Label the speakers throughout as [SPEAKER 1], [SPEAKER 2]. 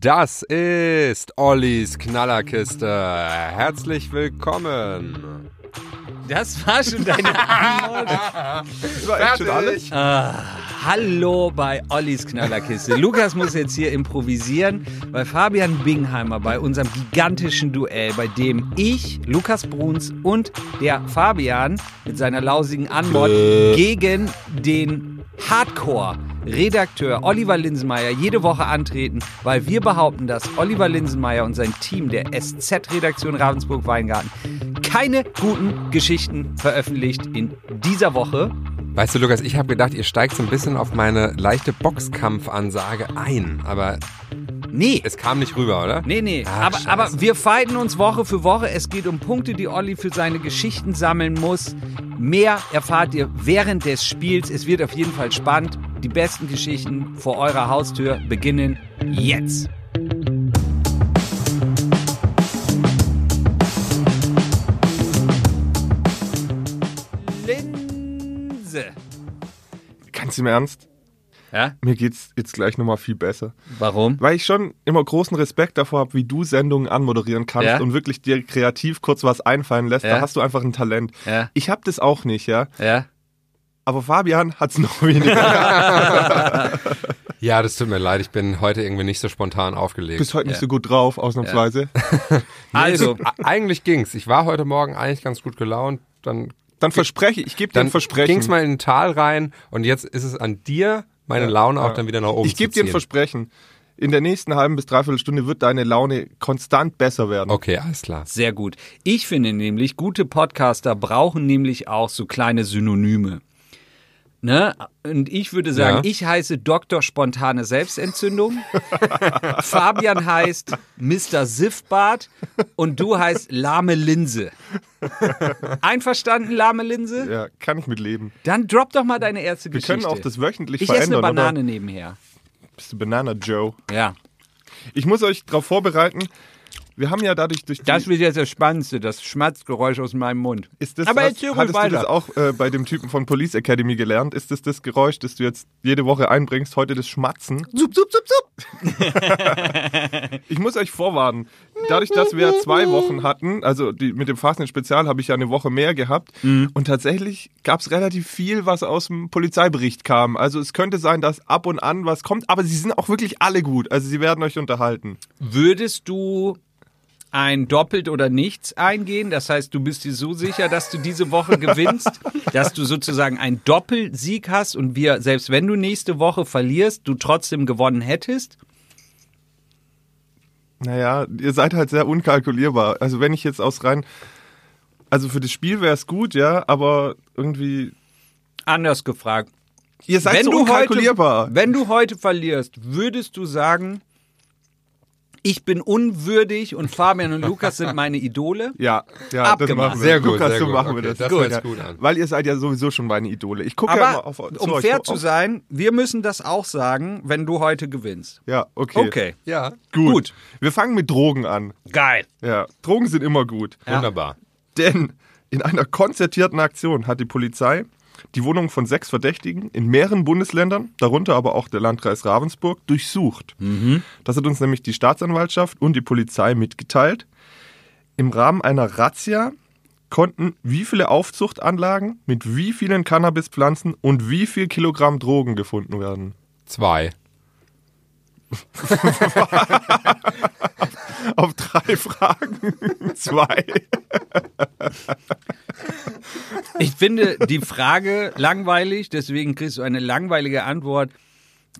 [SPEAKER 1] Das ist Ollis Knallerkiste. Herzlich willkommen.
[SPEAKER 2] Das war schon deine Antwort.
[SPEAKER 1] Fertig. alles?
[SPEAKER 2] Ah, Hallo bei Ollis Knallerkiste. Lukas muss jetzt hier improvisieren, weil Fabian Bingheimer bei unserem gigantischen Duell, bei dem ich, Lukas Bruns und der Fabian mit seiner lausigen Antwort gegen den Hardcore Redakteur Oliver Linsenmeier jede Woche antreten, weil wir behaupten, dass Oliver Linsenmeier und sein Team der SZ-Redaktion Ravensburg-Weingarten keine guten Geschichten veröffentlicht in dieser Woche.
[SPEAKER 1] Weißt du, Lukas, ich habe gedacht, ihr steigt so ein bisschen auf meine leichte Boxkampfansage ein, aber
[SPEAKER 2] Nee.
[SPEAKER 1] es kam nicht rüber, oder?
[SPEAKER 2] Nee, nee.
[SPEAKER 1] Ah,
[SPEAKER 2] aber,
[SPEAKER 1] scheiße.
[SPEAKER 2] aber wir fighten uns Woche für Woche. Es geht um Punkte, die Olli für seine Geschichten sammeln muss. Mehr erfahrt ihr während des Spiels. Es wird auf jeden Fall spannend. Die besten Geschichten vor eurer Haustür beginnen jetzt. Linse.
[SPEAKER 3] Ganz im Ernst,
[SPEAKER 2] Ja?
[SPEAKER 3] mir geht's jetzt gleich nochmal viel besser.
[SPEAKER 2] Warum?
[SPEAKER 3] Weil ich schon immer großen Respekt davor habe, wie du Sendungen anmoderieren kannst
[SPEAKER 2] Ja.
[SPEAKER 3] und wirklich dir kreativ kurz was einfallen lässt.
[SPEAKER 2] Ja.
[SPEAKER 3] Da hast du einfach ein Talent.
[SPEAKER 2] Ja.
[SPEAKER 3] Ich habe das auch nicht, ja.
[SPEAKER 2] Ja.
[SPEAKER 3] Aber Fabian hat's noch weniger.
[SPEAKER 1] Ja, das tut mir leid, ich bin heute irgendwie nicht so spontan aufgelegt.
[SPEAKER 3] Bist heute nicht so gut drauf, ausnahmsweise.
[SPEAKER 2] Also,
[SPEAKER 1] A- eigentlich ging's. Ich war heute Morgen eigentlich ganz gut gelaunt, dann
[SPEAKER 3] Dann verspreche ich, ich gebe dir ein
[SPEAKER 1] dann
[SPEAKER 3] Versprechen.
[SPEAKER 1] ging's mal in den Tal rein und jetzt ist es an dir, meine Laune auch dann wieder nach oben
[SPEAKER 3] ich gebe
[SPEAKER 1] zu
[SPEAKER 3] dir ein
[SPEAKER 1] ziehen.
[SPEAKER 3] Versprechen. In der nächsten halben bis dreiviertel Stunde wird deine Laune konstant besser werden.
[SPEAKER 1] Okay, alles klar.
[SPEAKER 2] Sehr gut. Ich finde nämlich, gute Podcaster brauchen nämlich auch so kleine Synonyme. Ne? Und ich würde
[SPEAKER 1] Ja.
[SPEAKER 2] sagen, ich heiße Dr. Spontane Selbstentzündung. Fabian heißt Mr. Siffbart und du heißt Lahme Linse. Einverstanden, Lahme Linse?
[SPEAKER 3] Ja, kann ich mitleben.
[SPEAKER 2] Dann drop doch mal deine erste
[SPEAKER 3] Wir
[SPEAKER 2] Geschichte.
[SPEAKER 3] können auch das wöchentlich
[SPEAKER 2] ich esse
[SPEAKER 3] verändern.
[SPEAKER 2] eine
[SPEAKER 3] oder?
[SPEAKER 2] Banane nebenher.
[SPEAKER 3] Bist du Banana Joe?
[SPEAKER 2] Ja.
[SPEAKER 3] Ich muss euch darauf vorbereiten. Wir haben ja dadurch durch die
[SPEAKER 2] Das wird jetzt das Spannendste, das Schmatzgeräusch aus meinem Mund.
[SPEAKER 3] Ist das,
[SPEAKER 2] Aber
[SPEAKER 3] hast,
[SPEAKER 2] erzähl ruhig
[SPEAKER 3] hattest
[SPEAKER 2] weiter.
[SPEAKER 3] du das auch äh, bei dem Typen von Police Academy gelernt? Ist das das Geräusch, das du jetzt jede Woche einbringst, heute das Schmatzen?
[SPEAKER 2] Zup, zup, zup, zup.
[SPEAKER 3] Ich muss euch vorwarnen, dadurch, dass wir zwei Wochen hatten, also die, mit dem Fastnet-Spezial habe ich ja eine Woche mehr gehabt
[SPEAKER 2] Mhm.
[SPEAKER 3] und tatsächlich gab es relativ viel, was aus dem Polizeibericht kam. Also es könnte sein, dass ab und an was kommt, aber sie sind auch wirklich alle gut, also sie werden euch unterhalten.
[SPEAKER 2] Würdest du ein Doppelt oder Nichts eingehen? Das heißt, du bist dir so sicher, dass du diese Woche gewinnst, dass du sozusagen einen Doppelsieg hast und wir, selbst wenn du nächste Woche verlierst, du trotzdem gewonnen hättest?
[SPEAKER 3] Naja, ihr seid halt sehr unkalkulierbar. Also wenn ich jetzt aus rein... Also für das Spiel wäre es gut, ja, aber irgendwie...
[SPEAKER 2] Anders gefragt.
[SPEAKER 3] Ihr seid
[SPEAKER 2] wenn
[SPEAKER 3] so
[SPEAKER 2] du
[SPEAKER 3] unkalkulierbar.
[SPEAKER 2] Heute, wenn du heute verlierst, würdest du sagen, ich bin unwürdig und Fabian und Lukas sind meine Idole?
[SPEAKER 3] Ja, ja,
[SPEAKER 2] Abgemacht.
[SPEAKER 3] das machen wir.
[SPEAKER 1] Sehr gut,
[SPEAKER 3] Lukas,
[SPEAKER 1] sehr
[SPEAKER 3] so
[SPEAKER 1] gut.
[SPEAKER 3] machen wir
[SPEAKER 1] Okay,
[SPEAKER 3] das.
[SPEAKER 1] das
[SPEAKER 3] Gut.
[SPEAKER 1] hört sich gut an.
[SPEAKER 3] Weil ihr seid ja sowieso schon meine Idole. Ich gucke ja immer
[SPEAKER 2] Aber
[SPEAKER 3] auf, zu
[SPEAKER 2] um
[SPEAKER 3] euch
[SPEAKER 2] fair
[SPEAKER 3] auf,
[SPEAKER 2] zu sein, wir müssen das auch sagen, wenn du heute gewinnst.
[SPEAKER 3] Ja, okay.
[SPEAKER 2] Okay,
[SPEAKER 1] Ja,
[SPEAKER 3] Gut.
[SPEAKER 2] Gut.
[SPEAKER 3] Wir fangen mit Drogen an.
[SPEAKER 2] geil.
[SPEAKER 3] Ja, Drogen sind immer gut.
[SPEAKER 1] wunderbar.
[SPEAKER 3] Denn in einer konzertierten Aktion hat die Polizei die Wohnung von sechs Verdächtigen in mehreren Bundesländern, darunter aber auch der Landkreis Ravensburg, durchsucht. Das hat uns nämlich die Staatsanwaltschaft und die Polizei mitgeteilt. Im Rahmen einer Razzia konnten wie viele Aufzuchtanlagen mit wie vielen Cannabispflanzen und wie viel Kilogramm Drogen gefunden werden.
[SPEAKER 1] Zwei.
[SPEAKER 3] Auf drei Fragen zwei.
[SPEAKER 2] Ich finde die Frage langweilig, deswegen kriegst du eine langweilige Antwort.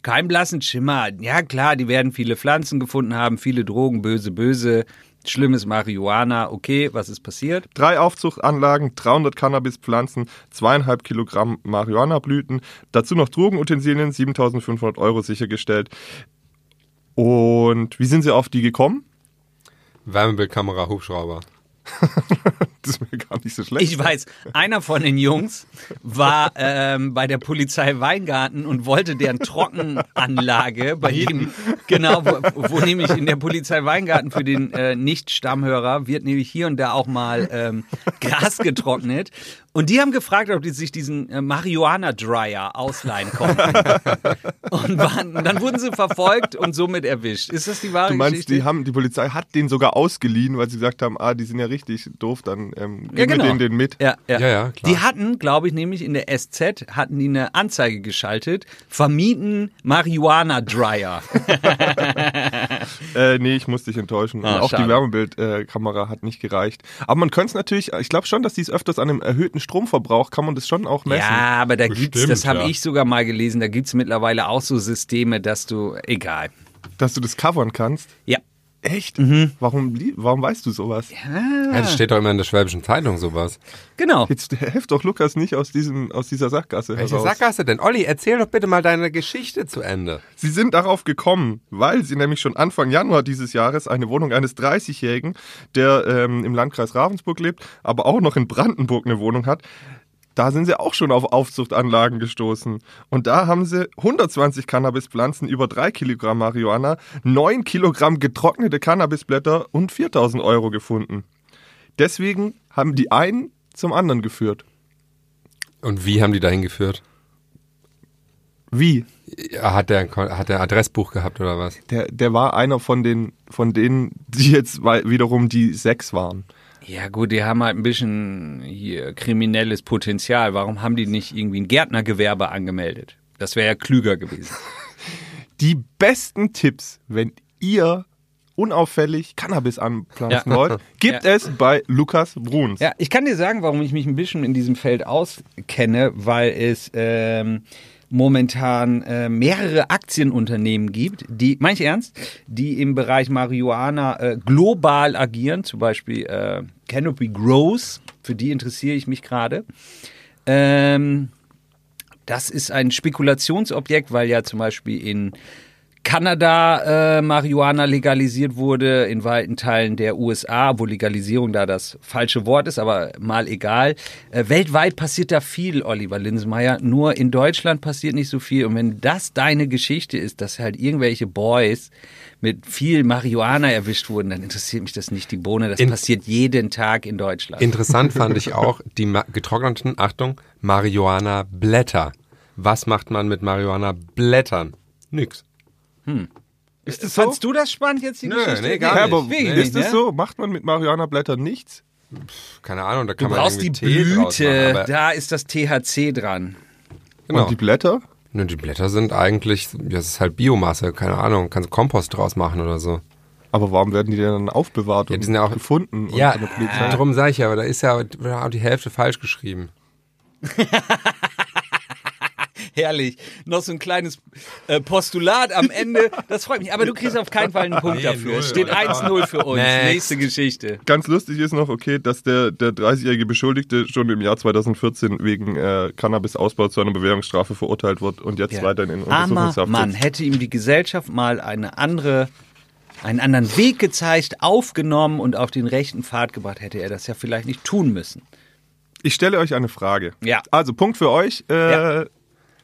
[SPEAKER 2] Kein blassen Schimmer. Ja klar, die werden viele Pflanzen gefunden haben, viele Drogen, böse, böse, schlimmes Marihuana. Okay, was ist passiert?
[SPEAKER 3] Drei Aufzuchtanlagen, 300 Cannabispflanzen, zweieinhalb Kilogramm Marihuana-Blüten, dazu noch Drogenutensilien, 7500 Euro sichergestellt. Und wie sind sie auf die gekommen?
[SPEAKER 1] Wärmebildkamera, Hubschrauber.
[SPEAKER 3] Das ist mir gar nicht so schlecht. ne?
[SPEAKER 2] Ich weiß, einer von den Jungs war ähm, bei der Polizei Weingarten und wollte deren Trockenanlage bei jedem, genau, wo, wo nämlich in der Polizei Weingarten für den äh, Nicht-Stammhörer wird nämlich hier und da auch mal ähm, Gras getrocknet. Und die haben gefragt, ob die sich diesen äh, Marihuana-Dryer ausleihen konnten. und, waren, und dann wurden sie verfolgt und somit erwischt. Ist das die wahre
[SPEAKER 3] Du meinst,
[SPEAKER 2] Geschichte?
[SPEAKER 3] die, haben, die Polizei hat den sogar ausgeliehen, weil sie gesagt haben, ah, die sind ja richtig doof, dann ähm, geben
[SPEAKER 2] genau.
[SPEAKER 3] wir denen den mit.
[SPEAKER 2] Ja, ja.
[SPEAKER 1] Ja, ja, klar.
[SPEAKER 2] Die hatten, glaube ich, nämlich in der SZ hatten die eine Anzeige geschaltet, vermieten Marihuana Dryer.
[SPEAKER 3] Äh, nee, ich muss dich enttäuschen.
[SPEAKER 2] Ah,
[SPEAKER 3] Und auch
[SPEAKER 2] schade.
[SPEAKER 3] die Wärmebildkamera hat nicht gereicht. Aber man könnte es natürlich, ich glaube schon, dass die es öfters an einem erhöhten Stromverbrauch, kann man das schon auch messen.
[SPEAKER 2] ja, aber da gibt's,
[SPEAKER 1] Bestimmt,
[SPEAKER 2] das habe
[SPEAKER 1] ja.
[SPEAKER 2] ich sogar mal gelesen, da gibt's mittlerweile auch so Systeme, dass du, egal.
[SPEAKER 3] Dass du das covern kannst.
[SPEAKER 2] Ja.
[SPEAKER 3] Echt? Warum, lie- warum weißt du sowas?
[SPEAKER 1] Mhm. Ja, das steht doch immer in der Schwäbischen Zeitung sowas.
[SPEAKER 2] Genau.
[SPEAKER 3] Jetzt helft doch Lukas nicht aus, diesem, aus dieser Sackgasse
[SPEAKER 1] Welche
[SPEAKER 3] heraus.
[SPEAKER 1] Sackgasse denn? Olli, erzähl doch bitte mal deine Geschichte zu Ende.
[SPEAKER 3] Sie sind darauf gekommen, weil sie nämlich schon Anfang Januar dieses Jahres eine Wohnung eines 30-Jährigen, der ähm, im Landkreis Ravensburg lebt, aber auch noch in Brandenburg eine Wohnung hat. Da sind sie auch schon auf Aufzuchtanlagen gestoßen. Und da haben sie 120 Cannabispflanzen, über 3 Kilogramm Marihuana, 9 Kilogramm getrocknete Cannabisblätter und 4000 Euro gefunden. Deswegen haben die einen zum anderen geführt.
[SPEAKER 1] Und wie haben die dahin geführt?
[SPEAKER 3] Wie?
[SPEAKER 1] Hat der, ein Kon- hat der ein Adressbuch gehabt oder was?
[SPEAKER 3] Der, der war einer von, den, von denen, die jetzt wei- wiederum die sechs waren.
[SPEAKER 2] Ja gut, die haben halt ein bisschen hier kriminelles Potenzial. Warum haben die nicht irgendwie ein Gärtnergewerbe angemeldet? Das wäre ja klüger gewesen.
[SPEAKER 3] die besten Tipps, wenn ihr unauffällig Cannabis anpflanzen
[SPEAKER 2] Ja.
[SPEAKER 3] wollt, gibt
[SPEAKER 2] Ja.
[SPEAKER 3] es bei Lukas Bruns.
[SPEAKER 2] Ja, ich kann dir sagen, warum ich mich ein bisschen in diesem Feld auskenne, weil es ähm, momentan äh, mehrere Aktienunternehmen gibt, die, meine ich ernst, die im Bereich Marihuana äh, global agieren, zum Beispiel äh, Canopy Growth, für die interessiere ich mich gerade. Ähm, das ist ein Spekulationsobjekt, weil ja zum Beispiel in Kanada äh, Marihuana legalisiert wurde, in weiten Teilen der USA, wo Legalisierung da das falsche Wort ist, aber mal egal. Äh, weltweit passiert da viel, Oliver Linsenmeier, nur in Deutschland passiert nicht so viel. Und wenn das deine Geschichte ist, dass halt irgendwelche Boys mit viel Marihuana erwischt wurden, dann interessiert mich das nicht die Bohne. Das
[SPEAKER 1] In-
[SPEAKER 2] passiert jeden Tag in Deutschland.
[SPEAKER 1] Interessant fand ich auch die ma- getrockneten, Achtung, Marihuana-Blätter. Was macht man mit Marihuana-Blättern? Nix.
[SPEAKER 3] Ist das so?
[SPEAKER 2] Fandst du das spannend jetzt, die
[SPEAKER 1] Nö,
[SPEAKER 2] Geschichte?
[SPEAKER 1] nee, gar
[SPEAKER 3] Ja,
[SPEAKER 1] nicht.
[SPEAKER 3] aber
[SPEAKER 2] Wirklich
[SPEAKER 3] ist das
[SPEAKER 2] ne?
[SPEAKER 3] so? Macht man mit Marihuana-Blättern nichts?
[SPEAKER 1] Keine Ahnung, da
[SPEAKER 2] Du
[SPEAKER 1] kann man
[SPEAKER 2] brauchst die
[SPEAKER 1] irgendwie Tee draus
[SPEAKER 2] Blüte,
[SPEAKER 1] Machen, aber,
[SPEAKER 2] da ist das THC dran.
[SPEAKER 1] genau.
[SPEAKER 3] Und die Blätter?
[SPEAKER 1] Nö, die Blätter sind eigentlich, das ist halt Biomasse, keine Ahnung, kannst Kompost draus machen oder so.
[SPEAKER 3] Aber warum werden die denn dann aufbewahrt und
[SPEAKER 1] die sind ja auch-
[SPEAKER 3] gefunden? und
[SPEAKER 1] Ja,
[SPEAKER 3] von der Polizei?
[SPEAKER 1] drum sage ich ja, aber da ist ja auch die Hälfte falsch geschrieben.
[SPEAKER 2] Herrlich. Noch so ein kleines äh, Postulat am Ende. Das freut mich. Aber du kriegst auf keinen Fall einen Punkt
[SPEAKER 1] Nee,
[SPEAKER 2] dafür.
[SPEAKER 1] null,
[SPEAKER 2] Es Steht
[SPEAKER 1] oder?
[SPEAKER 2] 1-0 für uns.
[SPEAKER 1] Next.
[SPEAKER 2] Nächste Geschichte.
[SPEAKER 3] Ganz lustig ist noch, okay, dass der, der 30-jährige Beschuldigte schon im Jahr 2014 wegen äh, Cannabisausbau zu einer Bewährungsstrafe verurteilt wird und jetzt weiterhin in
[SPEAKER 2] Armer
[SPEAKER 3] Untersuchungshaft
[SPEAKER 2] Mann,
[SPEAKER 3] sitzt.
[SPEAKER 2] hätte ihm die Gesellschaft mal eine andere, einen anderen Weg gezeigt, aufgenommen und auf den rechten Pfad gebracht, hätte er das ja vielleicht nicht tun müssen.
[SPEAKER 3] Ich stelle euch eine Frage.
[SPEAKER 2] Ja.
[SPEAKER 3] Also Punkt für euch äh,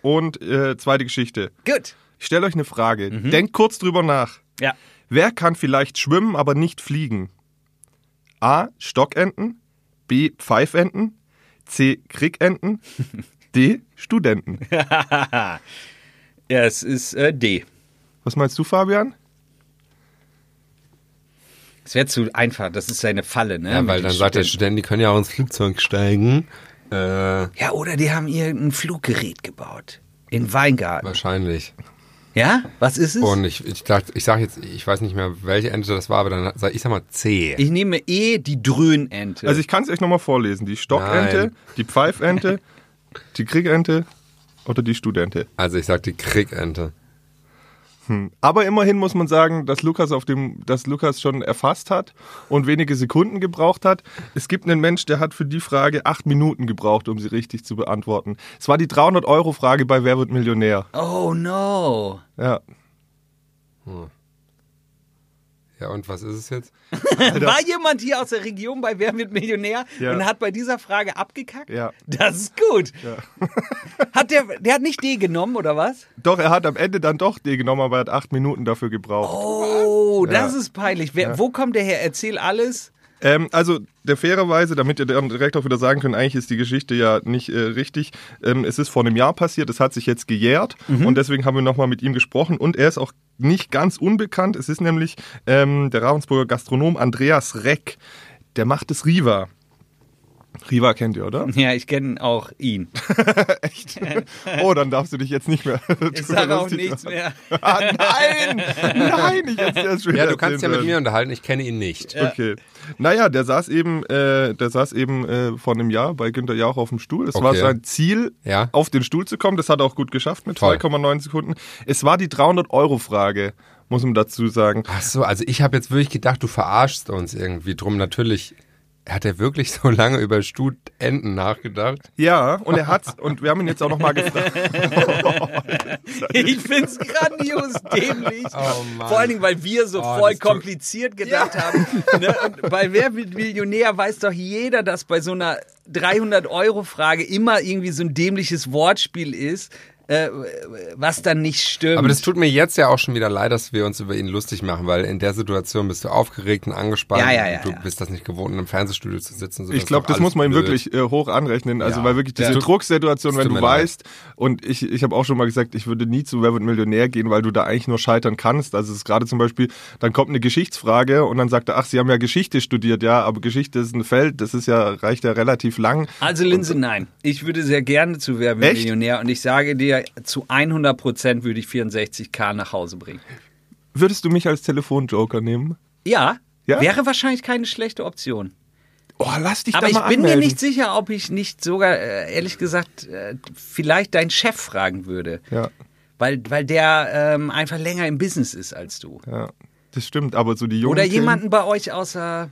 [SPEAKER 3] und äh, zweite Geschichte.
[SPEAKER 2] Gut.
[SPEAKER 3] Ich stelle euch eine Frage. Denkt kurz drüber nach.
[SPEAKER 2] Ja.
[SPEAKER 3] Wer kann vielleicht schwimmen, aber nicht fliegen? A. Stockenten. B. Pfeifenten. C. Kriegenten. D. Studenten.
[SPEAKER 2] Ja, es ist äh, D.
[SPEAKER 3] Was meinst du, Fabian?
[SPEAKER 2] Es wäre zu einfach. Das ist seine Falle, ne?
[SPEAKER 1] Ja,
[SPEAKER 2] Mit
[SPEAKER 1] weil
[SPEAKER 2] den
[SPEAKER 1] dann sagt der
[SPEAKER 2] Studenten.
[SPEAKER 1] Student, die können ja auch ins Flugzeug steigen. Äh,
[SPEAKER 2] Ja, oder die haben irgendein Fluggerät gebaut. In Weingarten.
[SPEAKER 1] wahrscheinlich.
[SPEAKER 2] Ja? Was ist
[SPEAKER 3] Oh,
[SPEAKER 2] es?
[SPEAKER 3] ne.
[SPEAKER 1] Und ich, ich dachte, ich sage jetzt, ich weiß nicht mehr, welche Ente das war, aber dann sag ich sag mal C.
[SPEAKER 2] Ich nehme eh die Dröhnente.
[SPEAKER 3] Also ich kann es euch nochmal vorlesen. Die Stockente,
[SPEAKER 1] Nein.
[SPEAKER 3] die Pfeifente, die Kriegente oder die Studente.
[SPEAKER 1] Also ich sag die Kriegente.
[SPEAKER 3] Aber immerhin muss man sagen, dass Lukas auf dem, dass Lukas schon erfasst hat und wenige Sekunden gebraucht hat. Es gibt einen Mensch, der hat für die Frage acht Minuten gebraucht, um sie richtig zu beantworten. Es war die 300 Euro Frage bei Wer wird Millionär.
[SPEAKER 2] oh no.
[SPEAKER 3] Ja.
[SPEAKER 1] Ja, und was ist es jetzt?
[SPEAKER 2] War jemand hier aus der Region bei Wer wird Millionär
[SPEAKER 3] Ja.
[SPEAKER 2] und hat bei dieser Frage abgekackt?
[SPEAKER 3] Ja.
[SPEAKER 2] Das ist gut. Hat der, der hat nicht D genommen, oder was?
[SPEAKER 3] Doch, er hat am Ende dann doch die genommen, aber er hat acht Minuten dafür gebraucht.
[SPEAKER 2] Oh, das ist peinlich. Wer, Wo kommt der her? Erzähl alles.
[SPEAKER 3] Ähm, also der fairerweise, damit ihr dann direkt auch wieder sagen könnt, eigentlich ist die Geschichte ja nicht äh, richtig. Ähm, es ist vor einem Jahr passiert, es hat sich jetzt gejährt
[SPEAKER 2] Mhm.
[SPEAKER 3] und deswegen haben wir nochmal mit ihm gesprochen und er ist auch nicht ganz unbekannt. Es ist nämlich ähm, der Ravensburger Gastronom Andreas Reck, der macht es Riva. Riva kennt ihr, oder?
[SPEAKER 2] Ja, ich kenne auch ihn.
[SPEAKER 3] Oh, dann darfst du dich jetzt nicht mehr.
[SPEAKER 2] Ich sage auch nichts mehr.
[SPEAKER 3] Ah, nein! Nein, ich hätte es erst später
[SPEAKER 1] Ja, du kannst ja
[SPEAKER 3] erzählen
[SPEAKER 1] mit
[SPEAKER 3] sollen.
[SPEAKER 1] mir unterhalten, ich kenne ihn nicht.
[SPEAKER 3] Okay. Naja, der saß eben, äh, der saß eben äh, vor einem Jahr bei Günter Jauch auf dem Stuhl. Das war
[SPEAKER 1] Okay.
[SPEAKER 3] sein Ziel,
[SPEAKER 1] Ja.
[SPEAKER 3] auf den Stuhl zu kommen. Das hat er auch gut geschafft mit
[SPEAKER 1] Toll.
[SPEAKER 3] 2,9 Sekunden. Es war die 300-Euro-Frage, muss man dazu sagen.
[SPEAKER 1] Ach so, also ich habe jetzt wirklich gedacht, du verarschst uns irgendwie drum. Natürlich hat er wirklich so lange über Studenten nachgedacht.
[SPEAKER 3] Ja, und er hat's. und wir haben ihn jetzt auch nochmal gefragt.
[SPEAKER 2] Ich find's grandios dämlich.
[SPEAKER 1] Oh Mann.
[SPEAKER 2] Vor allen Dingen, weil wir so
[SPEAKER 1] Oh,
[SPEAKER 2] voll
[SPEAKER 1] das tut-
[SPEAKER 2] kompliziert gedacht haben. Ne? Und bei Wer wird Millionär weiß doch jeder, dass bei so einer 300-Euro-Frage immer irgendwie so ein dämliches Wortspiel ist, äh, was dann nicht stimmt.
[SPEAKER 1] Aber das tut mir jetzt ja auch schon wieder leid, dass wir uns über ihn lustig machen, weil in der Situation bist du aufgeregt und angespannt.
[SPEAKER 2] Ja, ja, ja,
[SPEAKER 1] und du
[SPEAKER 2] ja.
[SPEAKER 1] bist das nicht gewohnt, in einem Fernsehstudio zu sitzen. So
[SPEAKER 3] Ich glaube, das muss man ihm wirklich äh, hoch anrechnen. Also,
[SPEAKER 1] Ja.
[SPEAKER 3] weil wirklich diese
[SPEAKER 1] Ja.
[SPEAKER 3] Drucksituation,
[SPEAKER 1] Es
[SPEAKER 3] wenn
[SPEAKER 1] tut mir
[SPEAKER 3] du
[SPEAKER 1] leid.
[SPEAKER 3] weißt, und ich, ich habe auch schon mal gesagt, ich würde nie zu Wer wird Millionär gehen, weil du da eigentlich nur scheitern kannst. Also, es ist gerade zum Beispiel, dann kommt eine Geschichtsfrage und dann sagt er, ach, sie haben ja Geschichte studiert, ja, aber Geschichte ist ein Feld, das ist ja, reicht ja relativ lang.
[SPEAKER 2] Also Linse, nein. Ich würde sehr gerne zu Wer wird
[SPEAKER 3] Echt?
[SPEAKER 2] Millionär und ich sage dir, zu 100 Prozent würde ich 64k nach Hause bringen.
[SPEAKER 3] Würdest du mich als Telefonjoker nehmen?
[SPEAKER 2] Ja,
[SPEAKER 3] Ja?
[SPEAKER 2] wäre wahrscheinlich keine schlechte Option.
[SPEAKER 3] Oh, lass dich
[SPEAKER 2] Aber
[SPEAKER 3] da
[SPEAKER 2] ich
[SPEAKER 3] mal
[SPEAKER 2] bin mir
[SPEAKER 3] anmelden.
[SPEAKER 2] nicht sicher, ob ich nicht sogar, äh, ehrlich gesagt, äh, vielleicht deinen Chef fragen würde.
[SPEAKER 3] Ja.
[SPEAKER 2] Weil, weil der ähm, einfach länger im Business ist als du.
[SPEAKER 3] Ja, das stimmt, aber so die jungen
[SPEAKER 2] Oder
[SPEAKER 3] Themen-
[SPEAKER 2] jemanden bei euch außer.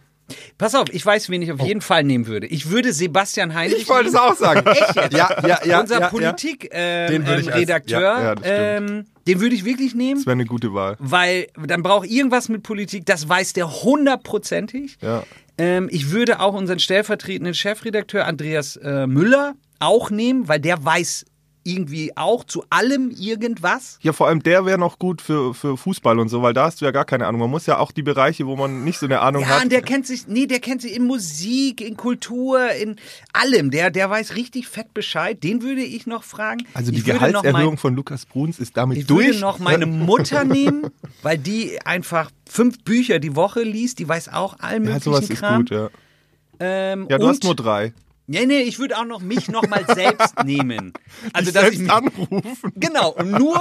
[SPEAKER 2] Pass auf, ich weiß, wen ich auf jeden Fall nehmen würde. Ich würde Sebastian Heinrich.
[SPEAKER 1] Oh. Ich wollte es
[SPEAKER 2] nehmen.
[SPEAKER 1] auch sagen.
[SPEAKER 2] Echt jetzt?
[SPEAKER 1] Ja, ja, ja.
[SPEAKER 2] Unser
[SPEAKER 1] ja, Den würde ich als-
[SPEAKER 2] Politik-Redakteur,
[SPEAKER 1] ja,
[SPEAKER 3] ja, das
[SPEAKER 2] ähm, den würde ich wirklich nehmen.
[SPEAKER 3] Das wäre eine gute Wahl.
[SPEAKER 2] weil dann braucht irgendwas mit Politik, das weiß der hundertprozentig.
[SPEAKER 3] Ja.
[SPEAKER 2] Ähm, ich würde auch unseren stellvertretenden Chefredakteur Andreas äh, Müller auch nehmen, weil der weiß irgendwie auch zu allem irgendwas.
[SPEAKER 3] Ja, vor allem der wäre noch gut für, für Fußball und so, weil da hast du ja gar keine Ahnung. Man muss ja auch die Bereiche, wo man nicht so eine Ahnung
[SPEAKER 2] Ja,
[SPEAKER 3] hat.
[SPEAKER 2] und der kennt sich, nee, der kennt sich in Musik, in Kultur, in allem. Der, der weiß richtig fett Bescheid. Den würde ich noch fragen.
[SPEAKER 3] also die
[SPEAKER 2] ich würde noch mein-
[SPEAKER 3] Gehaltserhöhung von Lukas Bruns ist damit
[SPEAKER 2] Ich
[SPEAKER 3] durch.
[SPEAKER 2] würde noch meine Mutter nehmen, weil die einfach fünf Bücher die Woche liest. Die weiß auch allen
[SPEAKER 3] ja,
[SPEAKER 2] möglichen
[SPEAKER 3] sowas ist
[SPEAKER 2] Kram.
[SPEAKER 3] gut, ja.
[SPEAKER 2] Ähm,
[SPEAKER 3] Ja, du
[SPEAKER 2] und,
[SPEAKER 3] hast nur drei.
[SPEAKER 2] Nee, nee, ich würde auch noch mich noch mal selbst nehmen. Also,
[SPEAKER 3] Dich
[SPEAKER 2] dass ich
[SPEAKER 3] selbst
[SPEAKER 2] mich,
[SPEAKER 3] anrufen.
[SPEAKER 2] Genau, um nur,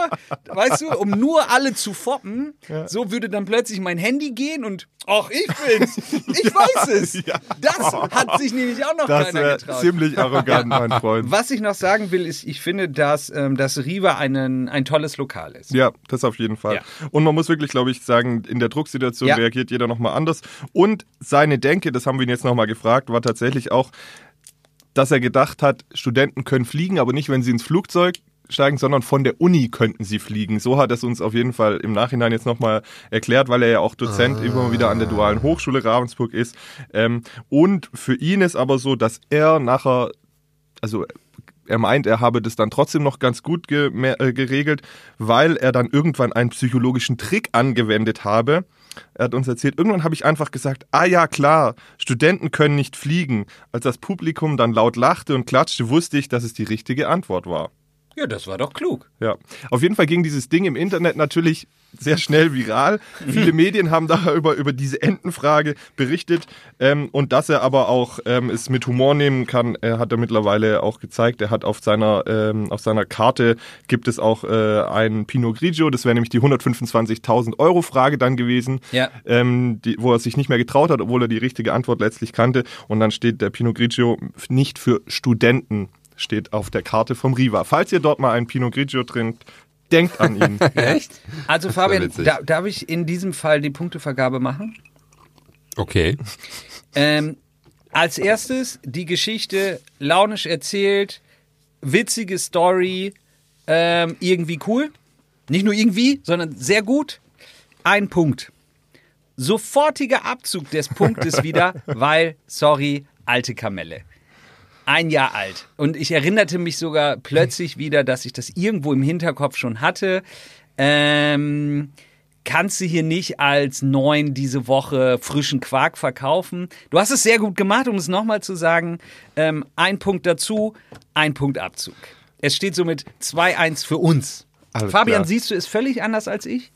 [SPEAKER 2] weißt du, um nur alle zu foppen, so würde dann plötzlich mein Handy gehen und, ach, ich bin's, ich weiß es.
[SPEAKER 3] ja.
[SPEAKER 2] Das hat sich nämlich auch noch
[SPEAKER 3] Das
[SPEAKER 2] keiner
[SPEAKER 3] wäre
[SPEAKER 2] getraut.
[SPEAKER 3] ziemlich arrogant, mein Freund.
[SPEAKER 2] Was ich noch sagen will, ist, ich finde, dass, ähm, dass Riva einen, ein tolles Lokal ist.
[SPEAKER 3] Ja, das auf jeden Fall.
[SPEAKER 2] Ja.
[SPEAKER 3] Und man muss wirklich, glaube ich, sagen, in der Drucksituation
[SPEAKER 2] Ja.
[SPEAKER 3] reagiert jeder nochmal anders. Und seine Denke, das haben wir ihn jetzt nochmal gefragt, war tatsächlich auch, dass er gedacht hat, Studenten können fliegen, aber nicht, wenn sie ins Flugzeug steigen, sondern von der Uni könnten sie fliegen. So hat er es uns auf jeden Fall im Nachhinein jetzt nochmal erklärt, weil er ja auch Dozent immer wieder an der Dualen Hochschule Ravensburg ist. Ähm, und für ihn ist aber so, dass er nachher also er meint, er habe das dann trotzdem noch ganz gut ge mehr, äh, geregelt, weil er dann irgendwann einen psychologischen Trick angewendet habe. Er hat uns erzählt, irgendwann habe ich einfach gesagt, ah ja klar, Studenten können nicht fliegen. Als das Publikum dann laut lachte und klatschte, wusste ich, dass es die richtige Antwort war.
[SPEAKER 2] Ja, das war doch klug.
[SPEAKER 3] Ja, auf jeden Fall ging dieses Ding im Internet natürlich sehr schnell viral. Viele Medien haben darüber über diese Entenfrage berichtet ähm, und dass er aber auch ähm, es mit Humor nehmen kann, äh, hat er mittlerweile auch gezeigt. Er hat auf seiner ähm, auf seiner Karte gibt es auch äh, ein Pinot Grigio. Das wäre nämlich die 125.000 Euro Frage dann gewesen,
[SPEAKER 2] Ja.
[SPEAKER 3] ähm, die, wo er sich nicht mehr getraut hat, obwohl er die richtige Antwort letztlich kannte. Und dann steht der Pinot Grigio nicht für Studenten, steht auf der Karte vom Riva. Falls ihr dort mal einen Pinot Grigio trinkt, denkt an ihn.
[SPEAKER 1] Echt?
[SPEAKER 2] Also,
[SPEAKER 1] war
[SPEAKER 2] Fabian,
[SPEAKER 1] witzig.
[SPEAKER 2] da, darf ich in diesem Fall die Punktevergabe machen?
[SPEAKER 1] Okay.
[SPEAKER 2] Ähm, als erstes die Geschichte launisch erzählt, witzige Story, ähm, irgendwie cool. Nicht nur irgendwie, sondern sehr gut. Ein Punkt. Sofortiger Abzug des Punktes wieder, weil, sorry, alte Kamelle. Ein Jahr alt. Und ich erinnerte mich sogar plötzlich wieder, dass ich das irgendwo im Hinterkopf schon hatte. Ähm, kannst du hier nicht als neun diese Woche frischen Quark verkaufen. Du hast es sehr gut gemacht, um es nochmal zu sagen. Ähm, ein Punkt dazu, ein Punkt Abzug. Es steht somit 2-1 für uns.
[SPEAKER 3] Alles
[SPEAKER 2] Fabian,
[SPEAKER 3] klar.
[SPEAKER 2] siehst du es völlig anders als ich?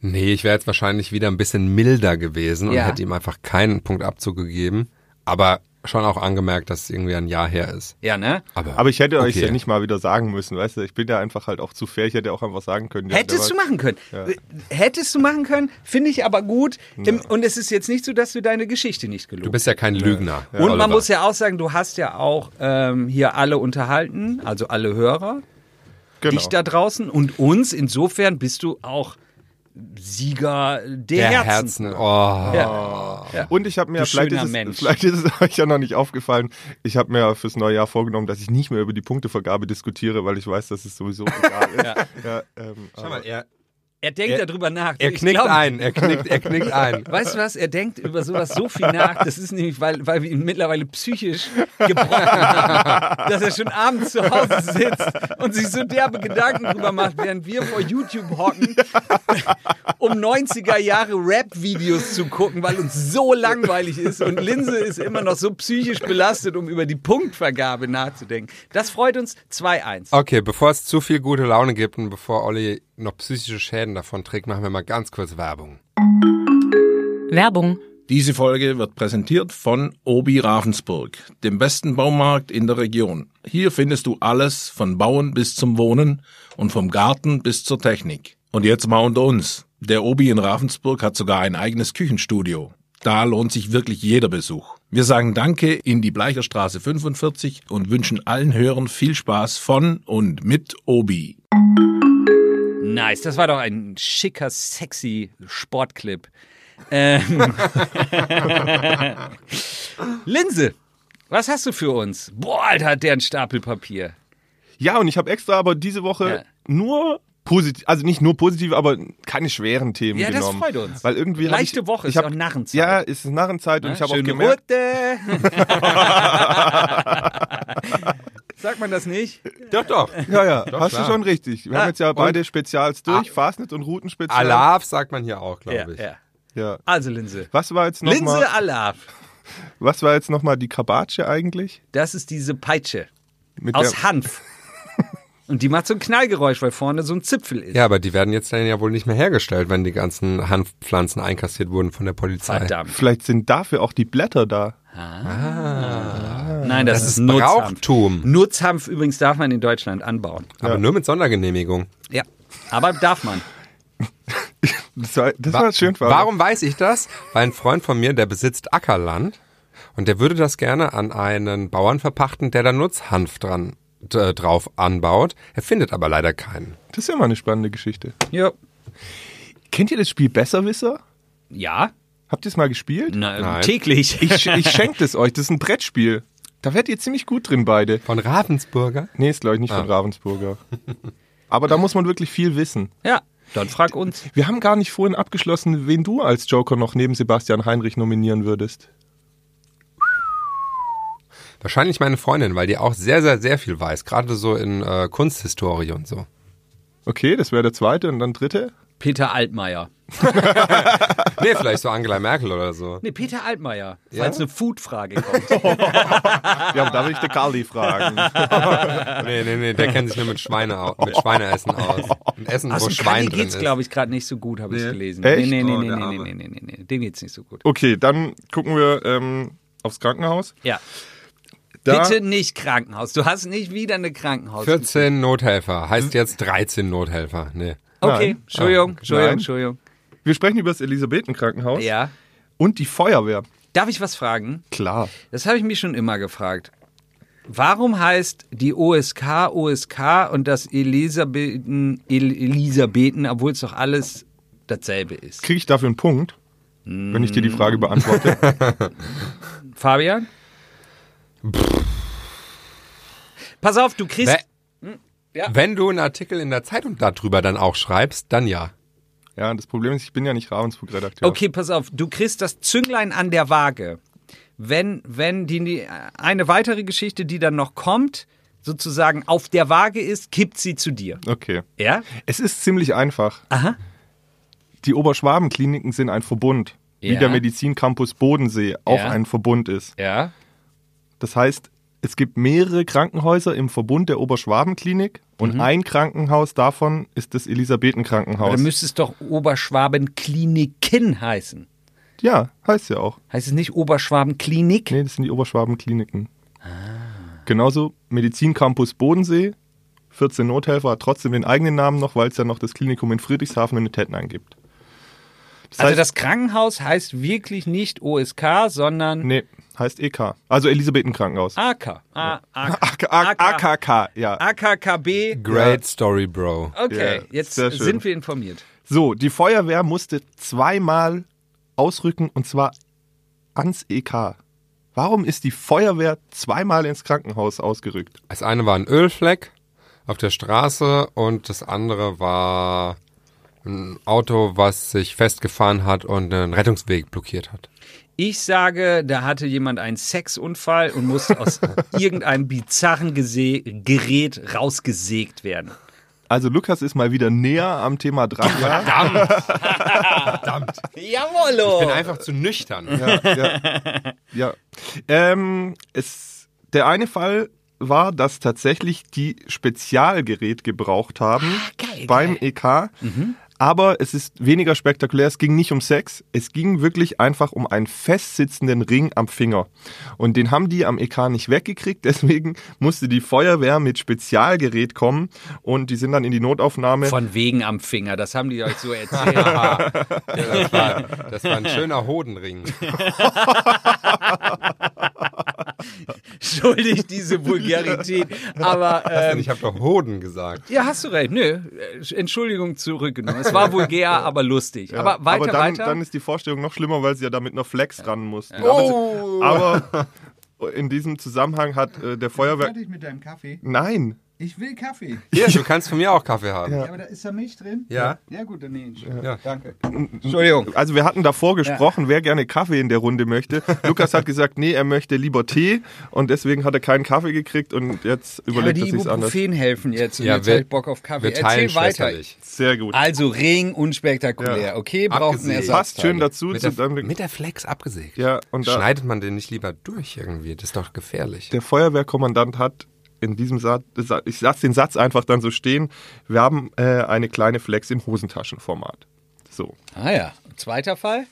[SPEAKER 1] Nee, ich wäre jetzt wahrscheinlich wieder ein bisschen milder gewesen und
[SPEAKER 2] Ja.
[SPEAKER 1] hätte ihm einfach keinen Punkt Abzug gegeben, aber schon auch angemerkt, dass es irgendwie ein Jahr her ist.
[SPEAKER 2] Ja, ne?
[SPEAKER 3] Aber ich hätte euch
[SPEAKER 1] Okay.
[SPEAKER 3] ja nicht mal wieder sagen müssen, weißt du? Ich bin ja einfach halt auch zu fair. Ich hätte auch einfach sagen können. Ja,
[SPEAKER 2] Hättest
[SPEAKER 3] der
[SPEAKER 2] du
[SPEAKER 3] war-
[SPEAKER 2] machen können. Äh, Hättest du machen können, finde ich aber gut. Im- Und es ist jetzt nicht so, dass du deine Geschichte nicht
[SPEAKER 1] Du
[SPEAKER 2] gelobt hast.
[SPEAKER 1] bist ja kein Lügner.
[SPEAKER 2] Und man muss ja auch sagen, du hast ja auch ähm, hier alle unterhalten, also alle Hörer,
[SPEAKER 3] Genau.
[SPEAKER 2] dich da draußen und uns. Insofern bist du auch Sieger der,
[SPEAKER 1] der Herzen. Oh.
[SPEAKER 2] Ja. Ja.
[SPEAKER 3] Und ich habe mir,
[SPEAKER 2] Du
[SPEAKER 3] vielleicht
[SPEAKER 2] schöner
[SPEAKER 3] ist, es,
[SPEAKER 2] Mensch.
[SPEAKER 3] vielleicht ist es euch ja noch nicht aufgefallen, ich habe mir fürs neue Jahr vorgenommen, dass ich nicht mehr über die Punktevergabe diskutiere, weil ich weiß, dass es sowieso egal ist. ja, ähm,
[SPEAKER 1] Schau mal, er,
[SPEAKER 2] Er denkt darüber nach.
[SPEAKER 1] er
[SPEAKER 2] Ich
[SPEAKER 1] knickt
[SPEAKER 2] glaub-
[SPEAKER 1] ein, er knickt, er knickt ein.
[SPEAKER 2] Weißt du was? Er denkt über sowas so viel nach. Das ist nämlich, weil, weil wir ihn mittlerweile psychisch gebrochen haben, dass er schon abends zu Hause sitzt und sich so derbe Gedanken drüber macht, während wir vor YouTube hocken, um 90er Jahre Rap-Videos zu gucken, weil uns so langweilig ist. Und Linse ist immer noch so psychisch belastet, um über die Punktvergabe nachzudenken. Das freut uns 2-1.
[SPEAKER 1] Okay, bevor es zu viel gute Laune gibt und bevor Olli noch psychische Schäden davon trägt, machen wir mal ganz kurz Werbung.
[SPEAKER 4] Werbung.
[SPEAKER 5] Diese Folge wird präsentiert von Obi Ravensburg, dem besten Baumarkt in der Region. Hier findest du alles von Bauen bis zum Wohnen und vom Garten bis zur Technik. Und jetzt mal unter uns. Der Obi in Ravensburg hat sogar ein eigenes Küchenstudio. Da lohnt sich wirklich jeder Besuch. Wir sagen Danke in die Bleicherstraße 45 und wünschen allen Hörern viel Spaß von und mit Obi.
[SPEAKER 2] Nice, das war doch ein schicker, sexy Sportclip. Ähm. Linse, was hast du für uns? Boah, Alter, hat der ein Stapel Papier.
[SPEAKER 3] ja, und ich habe extra aber diese Woche
[SPEAKER 2] Ja.
[SPEAKER 3] nur positiv, also nicht nur positiv, aber keine schweren Themen
[SPEAKER 2] Ja, das
[SPEAKER 3] genommen.
[SPEAKER 2] freut uns.
[SPEAKER 3] Weil irgendwie hab
[SPEAKER 2] Leichte
[SPEAKER 3] ich,
[SPEAKER 2] Woche,
[SPEAKER 3] ich
[SPEAKER 2] ist
[SPEAKER 3] hab-
[SPEAKER 2] auch Narrenzeit. ne?
[SPEAKER 3] Ja, ist Narrenzeit und ich habe auch
[SPEAKER 2] Schöne
[SPEAKER 3] gemerkt,
[SPEAKER 2] Rute. Sagt man das nicht?
[SPEAKER 1] Doch, doch.
[SPEAKER 3] Ja, ja, hast
[SPEAKER 1] klar.
[SPEAKER 3] du schon richtig. Wir haben jetzt ja beide Spezials
[SPEAKER 2] Ah.
[SPEAKER 3] durch, Fastnet und Routenspezial.
[SPEAKER 1] Alarv sagt man hier auch, glaube ich.
[SPEAKER 3] Ja.
[SPEAKER 2] Also Linse.
[SPEAKER 3] Was war jetzt nochmal
[SPEAKER 2] Linse Alaf.
[SPEAKER 3] Was war jetzt noch mal die Kabatsche eigentlich?
[SPEAKER 2] Das ist diese Peitsche
[SPEAKER 3] Mit
[SPEAKER 2] aus
[SPEAKER 3] der,
[SPEAKER 2] Hanf. Und die macht so ein Knallgeräusch, weil vorne so ein Zipfel ist.
[SPEAKER 1] Ja, aber die werden jetzt dann ja wohl nicht mehr hergestellt, wenn die ganzen Hanfpflanzen einkassiert wurden von der Polizei.
[SPEAKER 2] Verdammt.
[SPEAKER 3] vielleicht sind dafür auch die Blätter da.
[SPEAKER 2] Nein, das, ist
[SPEAKER 1] ist
[SPEAKER 2] Nutzhanf.
[SPEAKER 1] Brauchtum.
[SPEAKER 2] Nutzhanf übrigens darf man in Deutschland anbauen.
[SPEAKER 1] Aber nur mit Sondergenehmigung.
[SPEAKER 2] Ja, aber darf man.
[SPEAKER 3] Das war, das war schön. Fabian.
[SPEAKER 1] Warum weiß ich das? Weil ein Freund von mir, der besitzt Ackerland und der würde das gerne an einen Bauern verpachten, der da Nutzhanf dran d- drauf anbaut. Er findet aber leider keinen.
[SPEAKER 3] Das ist ja mal eine spannende Geschichte.
[SPEAKER 2] Ja.
[SPEAKER 3] Kennt ihr das Spiel Besserwisser?
[SPEAKER 2] Ja?
[SPEAKER 3] Habt ihr es mal gespielt?
[SPEAKER 2] Na, ähm,
[SPEAKER 1] Nein.
[SPEAKER 2] Täglich.
[SPEAKER 3] Ich, sch- ich schenke es euch. Das ist ein Brettspiel. Da werdet ihr ziemlich gut drin beide.
[SPEAKER 1] Von Ravensburger?
[SPEAKER 3] Nee, ist glaube ich nicht von Ravensburger. Aber da muss man wirklich viel wissen.
[SPEAKER 2] ja, dann frag uns.
[SPEAKER 3] Wir haben gar nicht vorhin abgeschlossen, wen du als Joker noch neben Sebastian Heinrich nominieren würdest.
[SPEAKER 1] Wahrscheinlich meine Freundin, weil die auch sehr, sehr, sehr viel weiß. Gerade so in äh, Kunsthistorie und so.
[SPEAKER 3] Okay, das wäre der zweite und dann dritte.
[SPEAKER 2] Peter Altmaier.
[SPEAKER 1] Nee, vielleicht so Angela Merkel oder so.
[SPEAKER 2] Nee, Peter Altmaier. Falls eine Food-Frage kommt.
[SPEAKER 3] Ja, aber da will ich den Carly fragen.
[SPEAKER 1] Nee, nee, nee, der kennt sich nur mit, Schweine au mit Schweineessen aus. Mit Essen,
[SPEAKER 2] Also
[SPEAKER 1] wo Schwein
[SPEAKER 2] Schwein
[SPEAKER 1] drin
[SPEAKER 2] geht's,
[SPEAKER 1] ist.
[SPEAKER 2] glaube ich, gerade nicht so gut, habe ich gelesen.
[SPEAKER 3] Echt?
[SPEAKER 2] Nee, nee, nee,
[SPEAKER 1] Oh,
[SPEAKER 2] nee,
[SPEAKER 1] der
[SPEAKER 2] nee, nee,
[SPEAKER 1] Arme.
[SPEAKER 2] nee, nee, nee. Dem geht's nicht so gut.
[SPEAKER 3] Okay, dann gucken wir ähm, aufs Krankenhaus.
[SPEAKER 2] Ja.
[SPEAKER 3] Da-
[SPEAKER 2] Bitte nicht Krankenhaus. Du hast nicht wieder eine Krankenhaus.
[SPEAKER 1] 14 Nothelfer. Heißt jetzt 13 Nothelfer. Nee.
[SPEAKER 2] Okay,
[SPEAKER 3] Nein.
[SPEAKER 2] Entschuldigung, Entschuldigung,
[SPEAKER 3] Nein.
[SPEAKER 2] Entschuldigung.
[SPEAKER 3] Wir sprechen über das Elisabethenkrankenhaus
[SPEAKER 2] Ja.
[SPEAKER 3] und die Feuerwehr.
[SPEAKER 2] Darf ich was fragen?
[SPEAKER 3] Klar.
[SPEAKER 2] Das habe ich mich schon immer gefragt. Warum heißt die OSK OSK und das Elisabethen El Elisabethen, obwohl es doch alles dasselbe ist?
[SPEAKER 3] Kriege ich dafür einen Punkt, wenn ich dir die Frage beantworte?
[SPEAKER 2] Fabian? Pass auf, du kriegst.
[SPEAKER 1] Wer- Wenn du einen Artikel in der Zeitung darüber dann auch schreibst, dann ja.
[SPEAKER 3] ja, das Problem ist, ich bin ja nicht Ravensburg-Redakteur.
[SPEAKER 2] Okay, pass auf, du kriegst das Zünglein an der Waage. Wenn, wenn die- die eine weitere Geschichte, die dann noch kommt, sozusagen auf der Waage ist, kippt sie zu dir.
[SPEAKER 3] Okay.
[SPEAKER 2] Ja?
[SPEAKER 3] Es ist ziemlich einfach.
[SPEAKER 2] Aha.
[SPEAKER 3] Die Oberschwabenkliniken sind ein Verbund, wie
[SPEAKER 2] Ja.
[SPEAKER 3] der Medizincampus Bodensee auch
[SPEAKER 2] Ja.
[SPEAKER 3] ein Verbund ist.
[SPEAKER 2] Ja.
[SPEAKER 3] Das heißt, es gibt mehrere Krankenhäuser im Verbund der Oberschwabenklinik und ein Krankenhaus davon ist das
[SPEAKER 2] Mhm. Aber dann
[SPEAKER 3] Elisabethenkrankenhaus.
[SPEAKER 2] müsste es doch Oberschwabenkliniken heißen.
[SPEAKER 3] Ja, heißt ja auch.
[SPEAKER 2] Heißt es nicht Oberschwabenklinik?
[SPEAKER 3] Nee, das sind die Oberschwabenkliniken.
[SPEAKER 2] Ah.
[SPEAKER 3] Genauso Medizincampus Bodensee. 14 Nothelfer hat trotzdem den eigenen Namen noch, weil es ja noch das Klinikum in Friedrichshafen und in Tettnang gibt. Das
[SPEAKER 2] also
[SPEAKER 3] heißt-
[SPEAKER 2] das Krankenhaus heißt wirklich nicht OSK, sondern
[SPEAKER 3] Nee, heißt EK. Also Elisabethenkrankenhaus.
[SPEAKER 2] AK. A- AK.
[SPEAKER 3] AKK, ja.
[SPEAKER 2] AKKB.
[SPEAKER 1] Great Story, Bro.
[SPEAKER 2] Okay,
[SPEAKER 3] Ja,
[SPEAKER 2] jetzt
[SPEAKER 3] sehr schön.
[SPEAKER 2] sind wir informiert.
[SPEAKER 3] So, die Feuerwehr musste zweimal ausrücken und zwar ans EK. Warum ist die Feuerwehr zweimal ins Krankenhaus ausgerückt?
[SPEAKER 1] Das eine war ein Ölfleck auf der Straße und das andere war ein Auto, was sich festgefahren hat und einen Rettungsweg blockiert hat.
[SPEAKER 2] Ich sage, da hatte jemand einen Sexunfall und musste aus irgendeinem bizarren Gese Gerät rausgesägt werden.
[SPEAKER 3] Also Lukas ist mal wieder näher am Thema dran. Ja,
[SPEAKER 1] Ich bin
[SPEAKER 2] Jawollo!
[SPEAKER 1] einfach zu nüchtern.
[SPEAKER 3] ja, ja. ja. Ähm, es, der eine Fall war, dass tatsächlich die Spezialgerät gebraucht haben
[SPEAKER 2] Ah,
[SPEAKER 3] beim EK.
[SPEAKER 2] Mhm.
[SPEAKER 3] Aber es ist weniger spektakulär. Es ging nicht um Sex. Es ging wirklich einfach um einen festsitzenden Ring am Finger. Und den haben die am EK nicht weggekriegt. Deswegen musste die Feuerwehr mit Spezialgerät kommen. Und die sind dann in die Notaufnahme.
[SPEAKER 2] Von wegen am Finger, das haben die euch so erzählt.
[SPEAKER 1] Aha. Ja, das, war, das war ein schöner Hodenring.
[SPEAKER 2] Schuldig diese Vulgarität. Aber ähm,
[SPEAKER 1] Ich habe doch Hoden gesagt.
[SPEAKER 2] ja, hast du recht. Nö, äh, Entschuldigung zurückgenommen. Es war vulgär, aber lustig. Aber weiter,
[SPEAKER 3] aber dann,
[SPEAKER 2] weiter.
[SPEAKER 3] dann ist die Vorstellung noch schlimmer, weil sie ja da mit einer Flex ran mussten. Aber, aber in diesem Zusammenhang hat äh, der Feuerwehr.
[SPEAKER 6] fertig mit deinem Kaffee?
[SPEAKER 3] Nein,
[SPEAKER 6] Ich will Kaffee.
[SPEAKER 1] Hier, du kannst von mir auch Kaffee haben.
[SPEAKER 6] Ja, aber da ist da Milch drin?
[SPEAKER 1] Ja.
[SPEAKER 6] Ja gut, dann nehme ich.
[SPEAKER 1] Ja.
[SPEAKER 6] Danke.
[SPEAKER 2] Entschuldigung.
[SPEAKER 3] also wir hatten davor gesprochen, wer gerne Kaffee in der Runde möchte. Lukas hat gesagt, nee, er möchte lieber Tee und deswegen hat er keinen Kaffee gekriegt und jetzt
[SPEAKER 2] Aber
[SPEAKER 3] überlegt
[SPEAKER 2] die
[SPEAKER 3] er sich's anders.
[SPEAKER 2] Ibuprofen helfen jetzt. Und
[SPEAKER 1] Ja,
[SPEAKER 2] jetzt
[SPEAKER 1] wir-
[SPEAKER 2] hab ich Bock auf Kaffee.
[SPEAKER 1] Wir teilen
[SPEAKER 2] Erzähl weiter.
[SPEAKER 1] schwesterlich.
[SPEAKER 3] Sehr gut.
[SPEAKER 2] Also Ring unspektakulär.
[SPEAKER 3] Ja.
[SPEAKER 2] Okay, braucht einen
[SPEAKER 1] Abgesehen.
[SPEAKER 2] Ersatz.
[SPEAKER 3] Passt schön dazu.
[SPEAKER 1] Mit
[SPEAKER 3] Zu
[SPEAKER 1] der,
[SPEAKER 3] deinem,
[SPEAKER 1] mit der Flex abgesägt.
[SPEAKER 3] ja, und da,
[SPEAKER 1] Schneidet man den nicht lieber durch irgendwie? Das ist doch gefährlich.
[SPEAKER 3] der Feuerwehrkommandant hat in diesem Satz, ich lasse den Satz einfach dann so stehen, wir haben äh, eine kleine Flex im Hosentaschenformat. So.
[SPEAKER 2] Ah ja, zweiter Fall?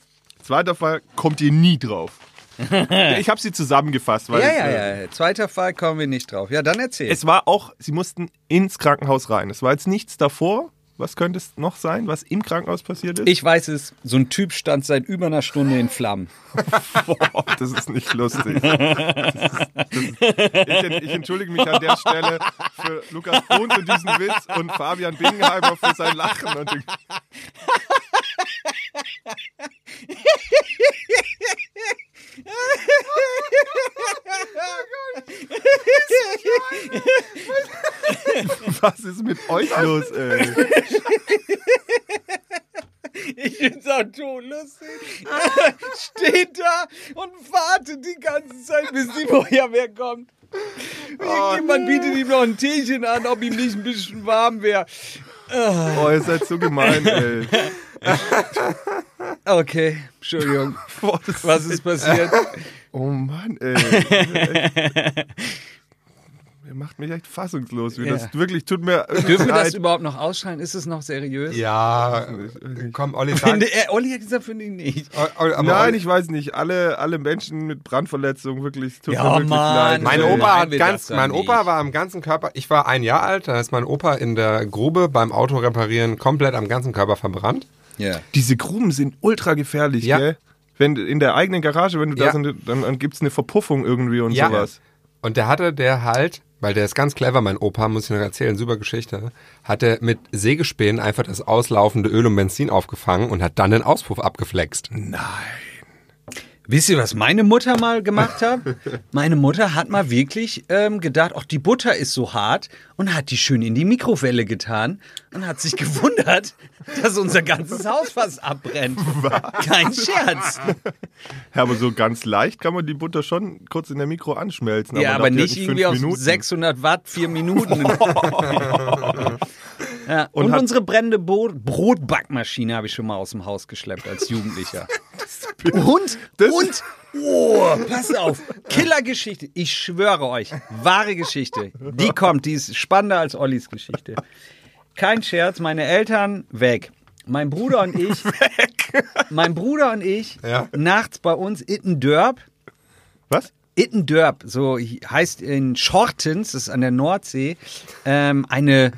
[SPEAKER 3] Zweiter Fall kommt ihr nie drauf. ich habe sie zusammengefasst, weil
[SPEAKER 2] Ja,
[SPEAKER 3] es,
[SPEAKER 2] ja,
[SPEAKER 3] äh,
[SPEAKER 2] ja. ja. Zweiter Fall kommen wir nicht drauf. Ja, dann erzähl.
[SPEAKER 3] es war auch, sie mussten ins Krankenhaus rein. Es war jetzt nichts davor. Was könnte es noch sein, was im Krankenhaus passiert ist?
[SPEAKER 2] ich weiß es, so ein Typ stand seit über einer Stunde in Flammen.
[SPEAKER 3] Boah, das ist nicht lustig. Das ist, das ist, ich, en- ich entschuldige mich an der Stelle für Lukas Brun für diesen Witz und Fabian Bingenheimer für sein Lachen. Und den, was ist mit euch los, ey?
[SPEAKER 2] Ich bin so todlustig. Steht da und wartet die ganze Zeit, bis die Feuerwehr kommt. Irgendjemand bietet ihm noch ein Teechen an, ob ihm nicht ein bisschen warm wäre.
[SPEAKER 3] Oh, ihr seid so gemein, ey.
[SPEAKER 2] Okay, Entschuldigung.
[SPEAKER 3] Boah, das
[SPEAKER 2] Was ist passiert?
[SPEAKER 3] Oh Mann, ey. Echt. Ihr macht mich echt fassungslos. Wie
[SPEAKER 2] Ja.
[SPEAKER 3] Das wirklich tut mir.
[SPEAKER 2] Dürfen wir das
[SPEAKER 3] leid.
[SPEAKER 2] überhaupt noch ausschreien? Ist es noch seriös?
[SPEAKER 1] Ja, äh, komm, Olli, sag,
[SPEAKER 2] Finde, er, Olli hat gesagt, finde ich nicht.
[SPEAKER 1] Ol- Ol- aber
[SPEAKER 3] Nein,
[SPEAKER 1] Olli-
[SPEAKER 3] ich weiß nicht. Alle, alle Menschen mit Brandverletzungen, wirklich. es Tut
[SPEAKER 2] Ja,
[SPEAKER 3] mir wirklich
[SPEAKER 2] Mann.
[SPEAKER 3] leid.
[SPEAKER 1] Mein
[SPEAKER 3] ey.
[SPEAKER 2] Nee.
[SPEAKER 1] Opa hat
[SPEAKER 2] Meinen wir das
[SPEAKER 1] ganz,
[SPEAKER 2] dann
[SPEAKER 1] mein Opa
[SPEAKER 2] nicht.
[SPEAKER 1] war am ganzen Körper, ich war ein Jahr alt, da ist mein Opa in der Grube beim Auto reparieren komplett am ganzen Körper verbrannt.
[SPEAKER 2] Ja.
[SPEAKER 3] Diese Gruben sind ultra gefährlich,
[SPEAKER 1] Ja.
[SPEAKER 3] gell? Wenn in der eigenen Garage, wenn du
[SPEAKER 1] Ja.
[SPEAKER 3] da so eine, dann, dann gibt es eine Verpuffung irgendwie und sowas.
[SPEAKER 1] Und der hatte der halt, weil der ist ganz clever, mein Opa, muss ich noch erzählen, super Geschichte, hat er mit Sägespänen einfach das auslaufende Öl und Benzin aufgefangen und hat dann den Auspuff abgeflext.
[SPEAKER 2] Wisst ihr, was meine Mutter mal gemacht hat? Meine Mutter hat mal wirklich ähm, gedacht, ach, die Butter ist so hart und hat die schön in die Mikrowelle getan und hat sich gewundert, dass unser ganzes Haus fast abbrennt. Kein Scherz.
[SPEAKER 3] Ja, aber so ganz leicht kann man die Butter schon kurz in der Mikro anschmelzen.
[SPEAKER 2] Ja,
[SPEAKER 3] man
[SPEAKER 2] aber
[SPEAKER 3] darf die halt
[SPEAKER 2] nicht irgendwie
[SPEAKER 3] fünf
[SPEAKER 2] auf
[SPEAKER 3] Minuten.
[SPEAKER 2] 600 Watt, vier Minuten. Ja.
[SPEAKER 3] Und
[SPEAKER 2] Und,
[SPEAKER 3] hat-
[SPEAKER 2] unsere brennende Bo Brotbackmaschine habe ich schon mal aus dem Haus geschleppt als Jugendlicher. und,
[SPEAKER 3] Das-
[SPEAKER 2] und, oh, pass auf, Killergeschichte. Ich schwöre euch, wahre Geschichte. Die kommt, die ist spannender als Ollis Geschichte. Kein Scherz, meine Eltern weg. Mein Bruder und ich, mein Bruder und ich,
[SPEAKER 1] Ja.
[SPEAKER 2] nachts bei uns Ittendörp,
[SPEAKER 3] Was?
[SPEAKER 2] Ittendörp, so hi- heißt in Schortens, das ist an der Nordsee, ähm, eine,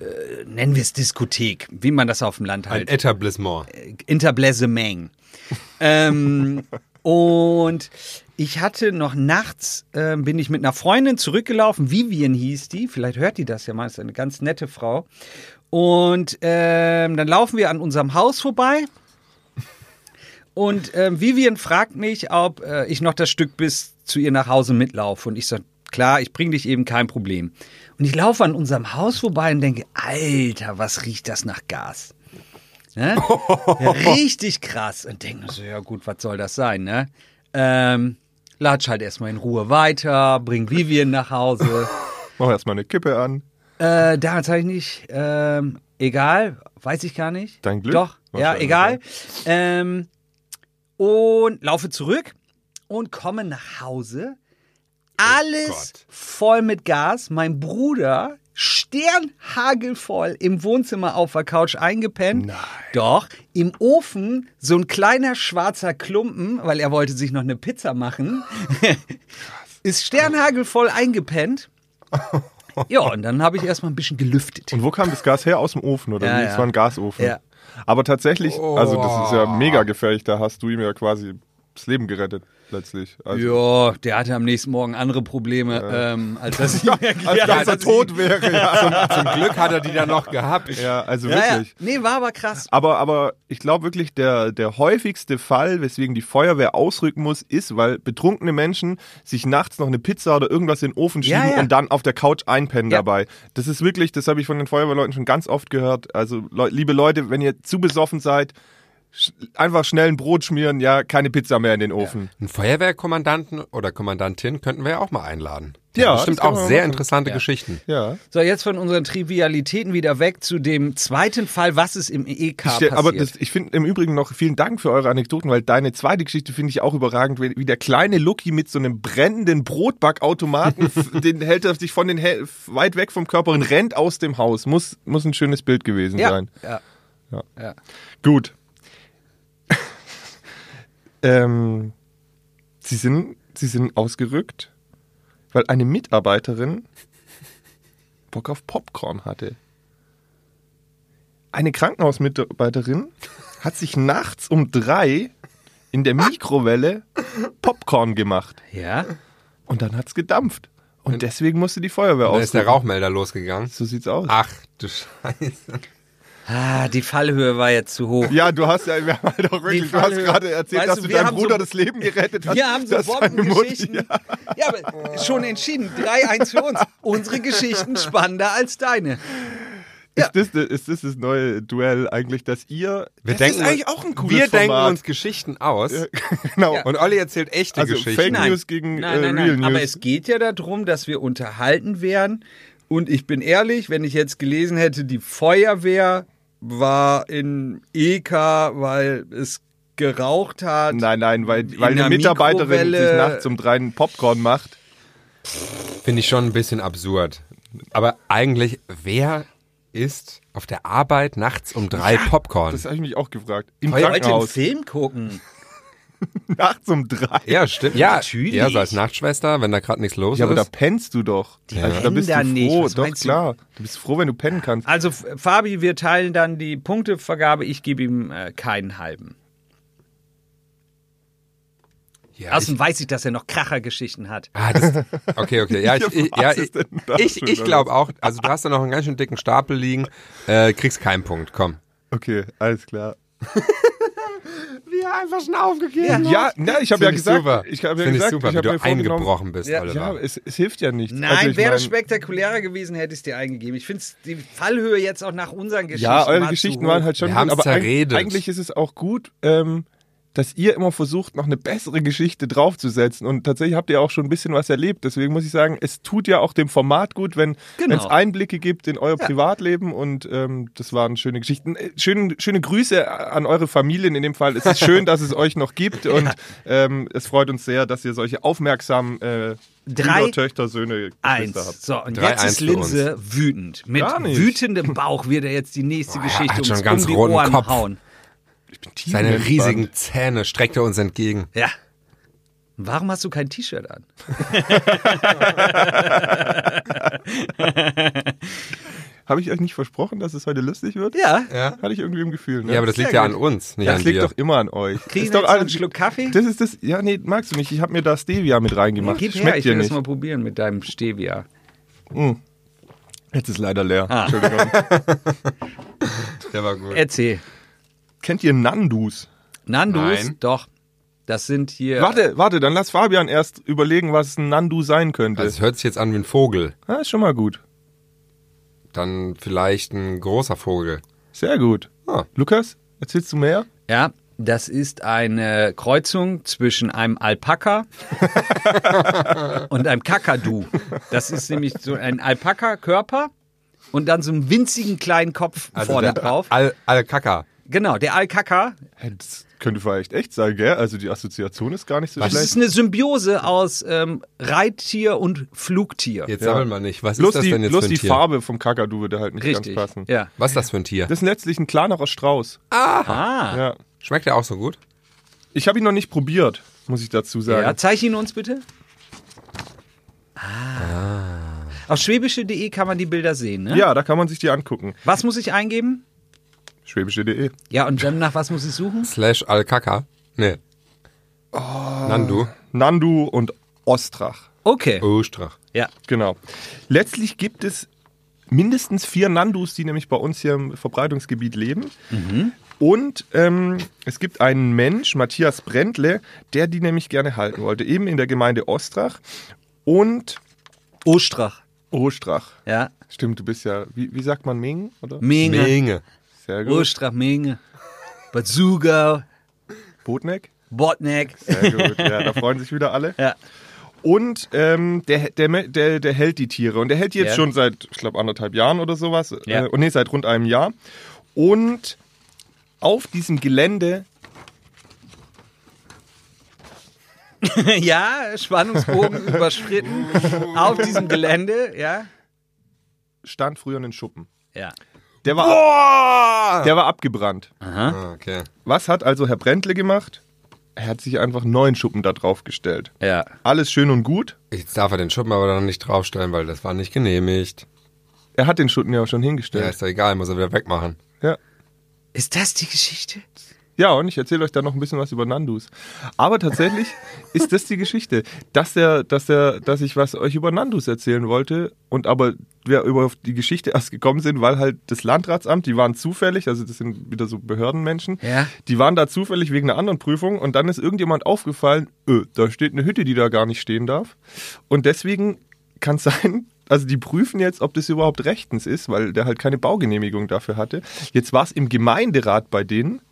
[SPEAKER 2] äh, nennen wir es Diskothek, wie man das auf dem Land
[SPEAKER 1] Ein
[SPEAKER 2] halt.
[SPEAKER 1] Etablissement.
[SPEAKER 3] Äh.
[SPEAKER 2] Interbläsemeng. ähm, und ich hatte noch nachts, ähm, bin ich mit einer Freundin zurückgelaufen, Vivian hieß die, vielleicht hört die das ja mal, ist eine ganz nette Frau. Und ähm, dann laufen wir an unserem Haus vorbei. Und ähm, Vivian fragt mich, ob äh, ich noch das Stück bis zu ihr nach Hause mitlaufe. Und ich sage, klar, ich bringe dich eben kein Problem. Und ich laufe an unserem Haus vorbei und denke, Alter, was riecht das nach Gas? Ne? Ja, richtig krass. Und denke mir so, ja gut, was soll das sein, ne? Ähm, latsch halt erstmal in Ruhe weiter, bring Vivian nach Hause.
[SPEAKER 3] Machen wir erstmal eine Kippe an.
[SPEAKER 2] Äh, damals habe ich nicht. Ähm, egal, weiß ich gar nicht.
[SPEAKER 3] Dein Glück?
[SPEAKER 2] Doch, ja,
[SPEAKER 3] Wahrscheinlich,
[SPEAKER 2] egal. Ähm, und laufe zurück und komme nach Hause. Alles
[SPEAKER 1] Gott.
[SPEAKER 2] voll mit Gas. Mein Bruder sternhagelvoll im Wohnzimmer auf der Couch eingepennt. Nein. Doch, im Ofen so ein kleiner schwarzer Klumpen, weil er wollte sich noch eine Pizza machen. Ist sternhagelvoll eingepennt. Ja, und dann habe ich erstmal ein bisschen gelüftet.
[SPEAKER 3] Und wo kam das Gas her? Aus dem Ofen, oder
[SPEAKER 2] Ja,
[SPEAKER 3] wie?
[SPEAKER 2] ja.
[SPEAKER 3] Es war ein Gasofen.
[SPEAKER 2] Ja.
[SPEAKER 3] Aber tatsächlich, also das ist ja mega gefährlich. Da hast du ihm ja quasi das Leben gerettet, letztlich. Also,
[SPEAKER 2] Ja, der hatte am nächsten Morgen andere Probleme, ähm, als dass ich mir
[SPEAKER 3] Als
[SPEAKER 2] erklärt
[SPEAKER 3] dass er tot wäre. Ja,
[SPEAKER 1] Zum Glück hat er die dann noch gehabt.
[SPEAKER 3] ja also
[SPEAKER 2] Ja, ja.
[SPEAKER 3] wirklich.
[SPEAKER 2] Nee, war aber krass.
[SPEAKER 3] Aber, aber ich glaube wirklich, der, der häufigste Fall, weswegen die Feuerwehr ausrücken muss, ist, weil betrunkene Menschen sich nachts noch eine Pizza oder irgendwas in den Ofen schieben
[SPEAKER 2] Ja, ja.
[SPEAKER 3] und dann auf der Couch einpennen
[SPEAKER 2] Ja.
[SPEAKER 3] dabei. Das ist wirklich, das habe ich von den Feuerwehrleuten schon ganz oft gehört. Also, Leu- liebe Leute, wenn ihr zu besoffen seid, sch einfach schnell ein Brot schmieren, ja, keine Pizza mehr in den Ofen.
[SPEAKER 1] Einen Feuerwehrkommandanten oder Kommandantin könnten wir ja auch mal einladen. Der
[SPEAKER 3] Ja,
[SPEAKER 1] hat bestimmt
[SPEAKER 3] das kann
[SPEAKER 1] auch
[SPEAKER 3] man
[SPEAKER 1] sehr
[SPEAKER 3] machen.
[SPEAKER 1] interessante Geschichten.
[SPEAKER 3] Ja.
[SPEAKER 2] So, jetzt von unseren Trivialitäten wieder weg zu dem zweiten Fall, was ist im EK
[SPEAKER 3] Ich stell-
[SPEAKER 2] passiert.
[SPEAKER 3] aber das, ich finde im Übrigen noch vielen Dank für eure Anekdoten, weil deine zweite Geschichte finde ich auch überragend, wie wie der kleine Lucky mit so einem brennenden Brotbackautomaten, f- den hält er sich von den Hä- weit weg vom Körper und rennt aus dem Haus. Muss, muss ein schönes Bild gewesen
[SPEAKER 2] ja,
[SPEAKER 3] sein.
[SPEAKER 2] ja.
[SPEAKER 3] Gut. ähm, sie, sind, sie sind ausgerückt, weil eine Mitarbeiterin Bock auf Popcorn hatte. Eine Krankenhausmitarbeiterin hat sich nachts um drei in der Mikrowelle Popcorn gemacht.
[SPEAKER 2] Ja.
[SPEAKER 3] Und dann hat's gedampft. Und deswegen musste die Feuerwehr
[SPEAKER 1] Da ist der
[SPEAKER 3] aus.
[SPEAKER 1] Rauchmelder losgegangen.
[SPEAKER 3] So sieht's aus.
[SPEAKER 1] Ach du Scheiße.
[SPEAKER 2] Ah, die Fallhöhe war jetzt zu hoch.
[SPEAKER 3] Ja, du hast ja, wir haben halt auch wirklich, du hast
[SPEAKER 2] Fallhöhe.
[SPEAKER 3] gerade erzählt,
[SPEAKER 2] Weißt
[SPEAKER 3] dass
[SPEAKER 2] du,
[SPEAKER 3] du
[SPEAKER 2] wir
[SPEAKER 3] deinem
[SPEAKER 2] haben so-
[SPEAKER 3] Bruder das Leben gerettet hast.
[SPEAKER 2] Wir haben so
[SPEAKER 3] dass deine
[SPEAKER 2] Bombengeschichten.
[SPEAKER 3] Mutti-
[SPEAKER 2] Ja. aber schon entschieden. 3-1 für uns. Unsere Geschichten spannender als deine.
[SPEAKER 3] Ist, das, ist das das neue Duell eigentlich, dass ihr.
[SPEAKER 1] Wir
[SPEAKER 3] das
[SPEAKER 1] denken,
[SPEAKER 3] ist eigentlich auch ein cooles
[SPEAKER 1] Wir
[SPEAKER 3] Format.
[SPEAKER 1] denken uns Geschichten aus
[SPEAKER 3] Genau.
[SPEAKER 1] und Olli erzählt echte
[SPEAKER 3] Also
[SPEAKER 1] Geschichten.
[SPEAKER 3] Fake
[SPEAKER 2] Nein.
[SPEAKER 3] News gegen
[SPEAKER 2] nein,
[SPEAKER 3] äh,
[SPEAKER 2] nein,
[SPEAKER 3] Real
[SPEAKER 2] nein. Aber
[SPEAKER 3] News.
[SPEAKER 2] es geht ja darum, dass wir unterhalten werden. Und ich bin ehrlich, wenn ich jetzt gelesen hätte, die Feuerwehr war in EK, weil es geraucht hat.
[SPEAKER 3] Nein, nein, weil, weil
[SPEAKER 2] In der
[SPEAKER 3] eine Mitarbeiterin sich
[SPEAKER 2] Mikrowelle-
[SPEAKER 3] nachts um drei einen Popcorn macht.
[SPEAKER 1] Finde ich schon ein bisschen absurd. Aber eigentlich, wer isst auf der Arbeit nachts um drei Popcorn?
[SPEAKER 3] Das habe ich mich auch gefragt. Im
[SPEAKER 2] Ich wollte einen
[SPEAKER 3] Krankenhaus.
[SPEAKER 2] Film gucken.
[SPEAKER 3] Nachts um drei.
[SPEAKER 1] Ja, stimmt. Ja,
[SPEAKER 2] Natürlich.
[SPEAKER 1] ja, so als Nachtschwester, wenn da gerade nichts los
[SPEAKER 3] Ja, aber da
[SPEAKER 1] ist.
[SPEAKER 3] pennst du doch. Also,
[SPEAKER 2] Die
[SPEAKER 3] da
[SPEAKER 2] pennen
[SPEAKER 3] bist
[SPEAKER 2] da
[SPEAKER 3] du
[SPEAKER 2] nicht.
[SPEAKER 3] froh.
[SPEAKER 2] Was
[SPEAKER 3] Doch,
[SPEAKER 2] meinst du?
[SPEAKER 3] klar. Du bist froh, wenn du pennen kannst.
[SPEAKER 2] Also, F- Fabi, wir teilen dann die Punktevergabe. Ich gebe ihm äh, keinen halben.
[SPEAKER 1] Ja, ich,
[SPEAKER 2] Außerdem weiß ich, dass er noch Krachergeschichten hat.
[SPEAKER 1] ah, das, okay, okay. Ja, ich, ich, ja,
[SPEAKER 3] Was
[SPEAKER 1] ich,
[SPEAKER 3] ist denn das
[SPEAKER 1] ich,
[SPEAKER 3] für
[SPEAKER 1] ich
[SPEAKER 3] ein
[SPEAKER 1] glaube auch, also du hast da noch einen ganz schön dicken Stapel liegen, äh, kriegst keinen Punkt, komm.
[SPEAKER 3] Okay, alles klar.
[SPEAKER 1] Wir einfach schon aufgegeben.
[SPEAKER 3] Ja, na, ich habe ja
[SPEAKER 1] Find ich
[SPEAKER 3] gesagt,
[SPEAKER 1] super.
[SPEAKER 3] ich habe ja
[SPEAKER 1] Finde ich
[SPEAKER 3] gesagt,
[SPEAKER 1] super,
[SPEAKER 3] ich
[SPEAKER 1] wie
[SPEAKER 3] habe mir
[SPEAKER 1] du
[SPEAKER 3] vorgenommen-
[SPEAKER 1] eingebrochen bist,
[SPEAKER 2] Ja,
[SPEAKER 1] Oliver.
[SPEAKER 3] Ja, es, es hilft ja nichts.
[SPEAKER 2] Nein,
[SPEAKER 3] Also ich
[SPEAKER 2] wäre
[SPEAKER 3] mein-
[SPEAKER 2] das spektakulärer gewesen, hätte ich es dir eingegeben. Ich finde die Fallhöhe jetzt auch nach unseren Geschichten.
[SPEAKER 3] Ja, eure
[SPEAKER 2] war zu
[SPEAKER 3] Geschichten
[SPEAKER 2] hoch.
[SPEAKER 3] waren halt schon
[SPEAKER 1] Wir
[SPEAKER 3] gut,
[SPEAKER 1] haben's
[SPEAKER 3] aber eig-
[SPEAKER 1] zerredet.
[SPEAKER 3] eigentlich ist es auch gut, ähm, dass ihr immer versucht, noch eine bessere Geschichte draufzusetzen. Und tatsächlich habt ihr auch schon ein bisschen was erlebt. Deswegen muss ich sagen, es tut ja auch dem Format gut, wenn
[SPEAKER 2] Genau.
[SPEAKER 3] es Einblicke gibt in euer Privatleben. Und ähm, das waren schöne Geschichten. Äh, Schöne, schöne Grüße an eure Familien in dem Fall. Es ist schön, dass es euch noch gibt. Und ähm, es freut uns sehr, dass ihr solche aufmerksamen äh,
[SPEAKER 2] Drei-
[SPEAKER 3] Brüder, Töchter, Söhne, Geschwister habt.
[SPEAKER 2] Eins. So, und
[SPEAKER 1] Drei,
[SPEAKER 2] jetzt
[SPEAKER 1] eins
[SPEAKER 2] ist
[SPEAKER 1] für
[SPEAKER 2] Linse wütend. Mit
[SPEAKER 3] Gar nicht.
[SPEAKER 2] wütendem Bauch wird er jetzt die nächste Geschichte
[SPEAKER 1] hat schon
[SPEAKER 2] ums,
[SPEAKER 1] einen ganz
[SPEAKER 2] um die
[SPEAKER 1] roten
[SPEAKER 2] Ohren
[SPEAKER 1] Kopf.
[SPEAKER 2] hauen.
[SPEAKER 1] Seine
[SPEAKER 3] Tiefenentspannt.
[SPEAKER 1] riesigen Zähne streckt er uns entgegen.
[SPEAKER 2] Ja. Warum hast du kein T-Shirt an?
[SPEAKER 3] Habe ich euch nicht versprochen, dass es heute lustig wird?
[SPEAKER 2] Ja.
[SPEAKER 3] Hatte ich irgendwie im Gefühl. Ne?
[SPEAKER 1] Ja, aber das liegt ja an uns, nicht
[SPEAKER 3] Das
[SPEAKER 1] an
[SPEAKER 3] liegt
[SPEAKER 1] dir.
[SPEAKER 3] doch immer an euch.
[SPEAKER 2] Kriegen
[SPEAKER 3] Ist
[SPEAKER 2] wir
[SPEAKER 3] doch
[SPEAKER 2] jetzt noch
[SPEAKER 3] alles-
[SPEAKER 2] einen Schluck Kaffee?
[SPEAKER 3] Das ist das. Ja, nee, magst du nicht. Ich habe mir da Stevia mit reingemacht.
[SPEAKER 2] Gib her,
[SPEAKER 3] Schmeckt
[SPEAKER 2] ich
[SPEAKER 3] dir
[SPEAKER 2] will das
[SPEAKER 3] nicht. Mm.
[SPEAKER 2] mal probieren mit deinem Stevia.
[SPEAKER 3] Jetzt ist leider leer.
[SPEAKER 2] Ah.
[SPEAKER 3] Entschuldigung.
[SPEAKER 1] Der war gut.
[SPEAKER 2] Erzähl.
[SPEAKER 3] Kennt ihr Nandus?
[SPEAKER 2] Nandos,
[SPEAKER 1] Nein.
[SPEAKER 2] doch. Das sind hier.
[SPEAKER 3] Warte, warte, dann lass Fabian erst überlegen, was ein Nandu sein könnte.
[SPEAKER 1] Das Also, hört sich jetzt an wie ein Vogel.
[SPEAKER 3] ah, ist schon mal gut.
[SPEAKER 1] Dann vielleicht ein großer Vogel.
[SPEAKER 3] Sehr gut.
[SPEAKER 1] Ah.
[SPEAKER 3] Lukas, erzählst du mehr?
[SPEAKER 2] Ja, das ist eine Kreuzung zwischen einem Alpaka und einem Kakadu. Das ist nämlich so ein Alpaka-Körper und dann so einen winzigen kleinen Kopf vorne
[SPEAKER 1] Also der
[SPEAKER 2] drauf.
[SPEAKER 1] Al Alkaka.
[SPEAKER 2] Genau, der Alkaka.
[SPEAKER 3] Hä, Das könnte vielleicht echt sein, gell? Also die Assoziation ist gar nicht so
[SPEAKER 1] Was?
[SPEAKER 2] Das
[SPEAKER 3] schlecht.
[SPEAKER 2] ist eine Symbiose aus ähm, Reittier und Flugtier.
[SPEAKER 1] Jetzt sammeln wir nicht. Was
[SPEAKER 3] Bloß
[SPEAKER 1] ist das
[SPEAKER 3] die,
[SPEAKER 1] denn jetzt
[SPEAKER 3] bloß
[SPEAKER 1] für ein
[SPEAKER 3] die
[SPEAKER 1] Tier?
[SPEAKER 3] Farbe vom Kakadu würde halt nicht
[SPEAKER 2] Richtig.
[SPEAKER 3] ganz passen.
[SPEAKER 2] Ja.
[SPEAKER 1] Was ist das für ein Tier?
[SPEAKER 3] Das ist letztlich ein kleinerer Strauß.
[SPEAKER 2] Ah.
[SPEAKER 3] Ja.
[SPEAKER 1] Schmeckt der auch so gut?
[SPEAKER 3] Ich habe ihn noch nicht probiert, muss ich dazu sagen.
[SPEAKER 2] Ja, zeichne ihn uns bitte. Ah. Auf schwäbische.de kann man die Bilder sehen, ne?
[SPEAKER 3] Ja, da kann man sich die angucken.
[SPEAKER 2] Was muss ich eingeben?
[SPEAKER 3] Schwäbische.de.
[SPEAKER 2] Ja, und dann nach was muss ich suchen?
[SPEAKER 1] Slash Alkaka? Nee. Oh. Nandu.
[SPEAKER 3] Nandu und Ostrach.
[SPEAKER 2] Okay.
[SPEAKER 1] Ostrach.
[SPEAKER 2] Ja.
[SPEAKER 3] Genau. Letztlich gibt es mindestens vier Nandus, die nämlich bei uns hier im Verbreitungsgebiet leben. Und ähm, es gibt einen Mensch, Matthias Brendle, der die nämlich gerne halten wollte, eben in der Gemeinde Ostrach und
[SPEAKER 2] Ostrach.
[SPEAKER 3] Ostrach.
[SPEAKER 2] Ja.
[SPEAKER 3] Stimmt, du bist ja, wie, wie sagt man Ming, oder?
[SPEAKER 2] Menge.
[SPEAKER 1] Menge.
[SPEAKER 3] Sehr gut.
[SPEAKER 2] Ostrach, Menge. Bad Zugau,
[SPEAKER 3] Botneck?
[SPEAKER 2] Botneck.
[SPEAKER 3] Sehr gut, ja, da freuen sich wieder alle.
[SPEAKER 2] Ja.
[SPEAKER 3] Und ähm, der, der, der, der hält die Tiere. Und der hält die jetzt
[SPEAKER 2] Ja.
[SPEAKER 3] schon seit, ich glaube, anderthalb Jahren oder sowas.
[SPEAKER 2] Ja.
[SPEAKER 3] Äh, nee, seit rund einem Jahr. Und auf diesem Gelände,
[SPEAKER 2] ja, Spannungsbogen überschritten. Auf diesem Gelände, ja.
[SPEAKER 3] stand früher ein Schuppen.
[SPEAKER 2] Ja.
[SPEAKER 3] Der war, ab, der war abgebrannt.
[SPEAKER 1] Ah, okay.
[SPEAKER 3] Was hat also Herr Brändle gemacht? Er hat sich einfach einen neuen Schuppen da drauf gestellt.
[SPEAKER 2] Ja.
[SPEAKER 3] Alles schön und gut.
[SPEAKER 1] Jetzt darf er den Schuppen aber dann nicht draufstellen, weil das war nicht genehmigt.
[SPEAKER 3] Er hat den Schuppen ja auch schon
[SPEAKER 1] Ja,
[SPEAKER 3] hingestellt.
[SPEAKER 1] ist doch egal, muss er wieder wegmachen.
[SPEAKER 3] Ja.
[SPEAKER 2] Ist das die Geschichte?
[SPEAKER 3] Ja, und ich erzähle euch da noch ein bisschen was über Nandus. Aber tatsächlich ist das die Geschichte, dass der, dass der, dass ich was euch über Nandus erzählen wollte und aber wir über auf die Geschichte erst gekommen sind, weil halt das Landratsamt, die waren zufällig, also das sind wieder so Behördenmenschen,
[SPEAKER 2] Ja.
[SPEAKER 3] die waren da zufällig wegen einer anderen Prüfung und dann ist irgendjemand aufgefallen, öh, da steht eine Hütte, die da gar nicht stehen darf. Und deswegen kann es sein, also die prüfen jetzt, ob das überhaupt rechtens ist, weil der halt keine Baugenehmigung dafür hatte. Jetzt war es im Gemeinderat bei denen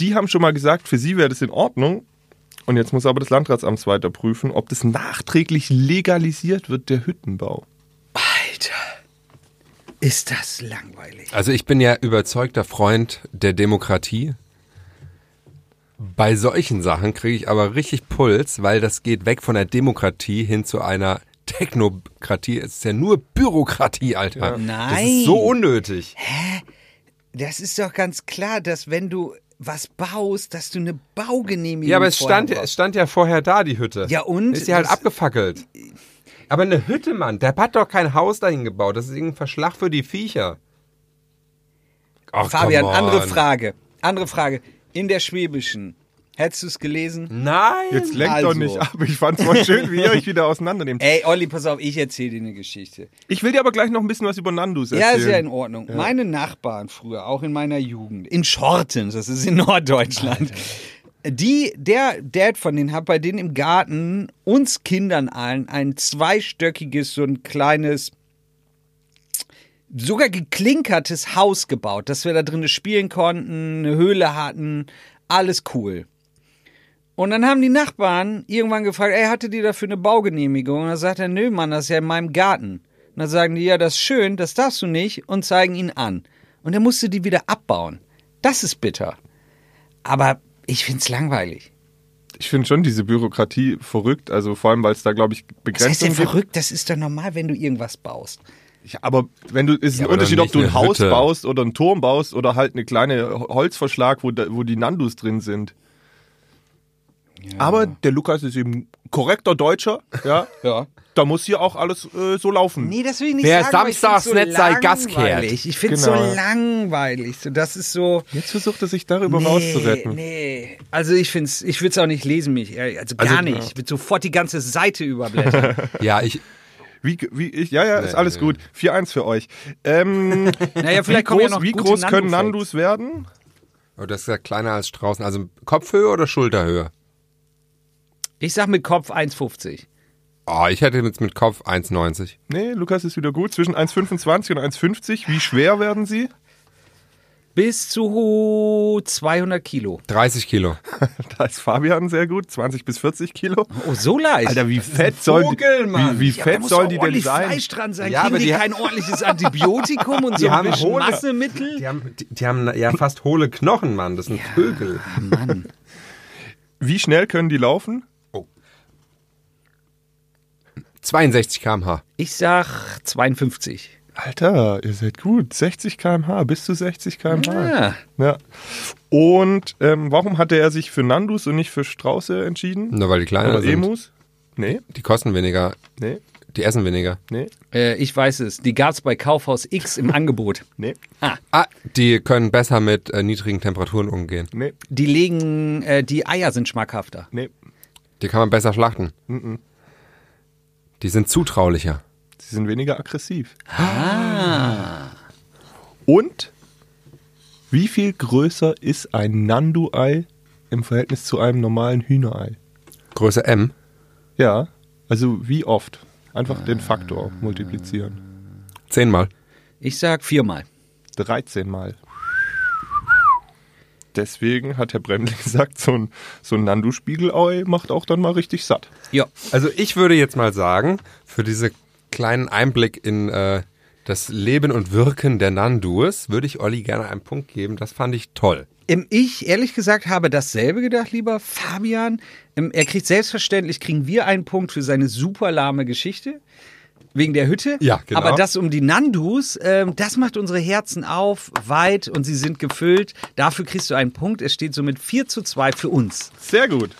[SPEAKER 3] die haben schon mal gesagt, für sie wäre das in Ordnung. Und jetzt muss aber das Landratsamt weiter prüfen, ob das nachträglich legalisiert wird, der Hüttenbau.
[SPEAKER 2] Alter. Ist das langweilig.
[SPEAKER 1] Also ich bin ja überzeugter Freund der Demokratie. Bei solchen Sachen kriege ich aber richtig Puls, weil das geht weg von der Demokratie hin zu einer Technokratie. Es ist ja nur Bürokratie, Alter. Das
[SPEAKER 2] Nein.
[SPEAKER 1] ist so unnötig.
[SPEAKER 2] Das ist doch ganz klar, dass wenn du was baust, dass du eine Baugenehmigung
[SPEAKER 1] Ja, aber es
[SPEAKER 2] vorher
[SPEAKER 1] stand,
[SPEAKER 2] brauchst.
[SPEAKER 1] es stand ja vorher da, die Hütte.
[SPEAKER 2] Ja, und?
[SPEAKER 1] Ist sie halt
[SPEAKER 2] Das-
[SPEAKER 1] abgefackelt. Aber eine Hütte, Mann, der hat doch kein Haus dahin gebaut. Das ist irgendein Verschlag für die Viecher. Ach,
[SPEAKER 2] Fabian,
[SPEAKER 1] Oh, come on.
[SPEAKER 2] andere Frage. Andere Frage. In der Schwäbischen. Hättest du es
[SPEAKER 1] Hm.
[SPEAKER 2] gelesen?
[SPEAKER 1] Nein.
[SPEAKER 3] Jetzt lenkt doch
[SPEAKER 2] Also.
[SPEAKER 3] nicht ab. Ich fand's voll schön, wie ihr euch wieder auseinandernehmt.
[SPEAKER 2] Ey, Olli, pass auf, ich erzähle dir eine Geschichte.
[SPEAKER 3] Ich will dir aber gleich noch ein bisschen was über Nandus erzählen.
[SPEAKER 2] Ja, ist ja in Ordnung. Meine Nachbarn früher, auch in meiner Jugend, in Schorten, das ist in Norddeutschland, die, der Dad von denen hat bei denen im Garten uns Kindern allen ein zweistöckiges, so ein kleines, sogar geklinkertes Haus gebaut, dass wir da drinnen spielen konnten, eine Höhle hatten, alles cool. Und dann haben die Nachbarn irgendwann gefragt, ey, hatte die dafür eine Baugenehmigung? Und dann sagt er, nö, Mann, das ist ja in meinem Garten. Und dann sagen die, ja, das ist schön, das darfst du nicht und zeigen ihn an. Und er musste die wieder abbauen. Das ist bitter. Aber ich find's langweilig.
[SPEAKER 3] Ich finde schon diese Bürokratie verrückt, also vor allem, weil es da, glaube ich,
[SPEAKER 2] Was heißt denn
[SPEAKER 3] Begrenzungen gibt.
[SPEAKER 2] verrückt? Das ist doch normal, wenn du irgendwas baust.
[SPEAKER 3] Ja, aber wenn du, ist
[SPEAKER 1] Ja,
[SPEAKER 3] ein
[SPEAKER 1] aber
[SPEAKER 3] Unterschied,
[SPEAKER 1] dann
[SPEAKER 3] ob du
[SPEAKER 1] nicht
[SPEAKER 3] ein
[SPEAKER 1] eine
[SPEAKER 3] Haus
[SPEAKER 1] Hütte.
[SPEAKER 3] baust oder einen Turm baust oder halt eine kleine Holzverschlag, wo, da, wo die Nandus drin sind. Aber der Lukas ist eben korrekter Deutscher, ja.
[SPEAKER 2] Ja.
[SPEAKER 3] Da muss hier auch alles äh, so laufen.
[SPEAKER 2] Nee, das will ich nicht
[SPEAKER 1] Wer
[SPEAKER 2] sagen. aber ich
[SPEAKER 1] samstags
[SPEAKER 2] find's
[SPEAKER 1] nicht sei, Gas kehrt.
[SPEAKER 2] langweilig. Ich find's
[SPEAKER 3] Genau.
[SPEAKER 2] so langweilig. So, das ist so.
[SPEAKER 3] Jetzt versucht er sich
[SPEAKER 1] um
[SPEAKER 3] darüber rauszuretten.
[SPEAKER 2] Nee, also ich find's, ich würde es auch nicht lesen, mich. ehrlich. Also gar
[SPEAKER 1] Also,
[SPEAKER 2] nicht. Ich würde sofort die ganze Seite überblättern.
[SPEAKER 1] Ja, ich,
[SPEAKER 3] Wie, wie ich, ja, ja, ist alles gut. 4-1 für euch. Ähm,
[SPEAKER 2] naja,
[SPEAKER 3] wie
[SPEAKER 2] vielleicht kommen ja
[SPEAKER 3] groß,
[SPEAKER 2] noch
[SPEAKER 3] wie
[SPEAKER 2] gute
[SPEAKER 3] groß
[SPEAKER 2] Nando-Facts.
[SPEAKER 3] können Nandus werden?
[SPEAKER 1] oh, das ist ja kleiner als Straußen. Also Kopfhöhe oder Schulterhöhe?
[SPEAKER 2] Ich sag mit Kopf 1,50.
[SPEAKER 1] Oh, ich hätte jetzt mit Kopf 1,90.
[SPEAKER 3] Nee, Lukas ist wieder gut. Zwischen 1,25 und 1,50. Wie schwer werden sie?
[SPEAKER 2] Bis zu 200 Kilo.
[SPEAKER 1] 30 Kilo.
[SPEAKER 3] Da ist Fabian sehr gut. 20 bis 40 Kilo.
[SPEAKER 2] Oh, so leicht.
[SPEAKER 3] Alter, wie fett sollen die,
[SPEAKER 2] Vogel, Mann.
[SPEAKER 3] wie, wie
[SPEAKER 2] Ja, da
[SPEAKER 3] fett
[SPEAKER 2] muss
[SPEAKER 3] sollen
[SPEAKER 2] doch
[SPEAKER 3] die denn
[SPEAKER 2] ordentlich
[SPEAKER 3] sein?
[SPEAKER 2] Fleisch dran sein.
[SPEAKER 1] Ja,
[SPEAKER 2] Kriegen
[SPEAKER 1] aber
[SPEAKER 2] die,
[SPEAKER 1] die-
[SPEAKER 2] kein ordentliches Antibiotikum und so
[SPEAKER 1] Die
[SPEAKER 2] ein
[SPEAKER 1] haben
[SPEAKER 2] bisschen
[SPEAKER 1] Hohle.
[SPEAKER 2] Massemittel?
[SPEAKER 1] haben, die, haben ja fast hohle Knochen, Mann. Das sind Vögel.
[SPEAKER 2] Mann.
[SPEAKER 3] Wie schnell können die laufen?
[SPEAKER 1] 62 km/h.
[SPEAKER 2] Ich sag 52.
[SPEAKER 3] Alter, ihr seid gut. 60 km/h, bis zu 60 km/h.
[SPEAKER 2] Ah,
[SPEAKER 3] Ja. Und ähm, warum hatte er sich für Nandus und nicht für Strauße entschieden?
[SPEAKER 1] Nur weil die kleiner
[SPEAKER 3] Oder
[SPEAKER 1] sind.
[SPEAKER 3] Emus? Nee,
[SPEAKER 1] Die kosten weniger,
[SPEAKER 3] nee,
[SPEAKER 1] die essen weniger.
[SPEAKER 3] nee,
[SPEAKER 2] äh, ich weiß es. Die gab's bei Kaufhaus X im Angebot.
[SPEAKER 3] nee,
[SPEAKER 1] Ah, die können besser mit äh, niedrigen Temperaturen umgehen.
[SPEAKER 3] nee,
[SPEAKER 2] Die legen, äh, die Eier sind schmackhafter.
[SPEAKER 3] nee.
[SPEAKER 1] Die kann man besser schlachten. Die sind zutraulicher.
[SPEAKER 3] Sie sind weniger aggressiv. Ah.
[SPEAKER 2] Ah.
[SPEAKER 3] Und wie viel größer ist ein Nandu-Ei im Verhältnis zu einem normalen Hühnerei?
[SPEAKER 1] Größe M.
[SPEAKER 3] Ja, also wie oft? Einfach
[SPEAKER 2] Äh.
[SPEAKER 3] den Faktor multiplizieren.
[SPEAKER 1] Zehnmal.
[SPEAKER 2] Ich sag viermal.
[SPEAKER 3] 13 Mal. Deswegen hat Herr Bremling gesagt, so ein, so ein Nandu-Spiegelei macht auch dann mal richtig satt.
[SPEAKER 2] Ja.
[SPEAKER 1] Also ich würde jetzt mal sagen, für diesen kleinen Einblick in äh, das Leben und Wirken der Nandus würde ich Olli gerne einen Punkt geben. Das fand ich toll.
[SPEAKER 2] Ähm, Ich ehrlich gesagt habe dasselbe gedacht, lieber Fabian. Ähm, Er kriegt selbstverständlich, kriegen wir einen Punkt für seine super lahme Geschichte. Wegen der Hütte.
[SPEAKER 1] Ja, genau.
[SPEAKER 2] Aber das um die Nandus, ähm, das macht unsere Herzen auf, weit und sie sind gefüllt. Dafür kriegst du einen Punkt. Es steht somit 4 zu 2 für uns.
[SPEAKER 3] Sehr gut.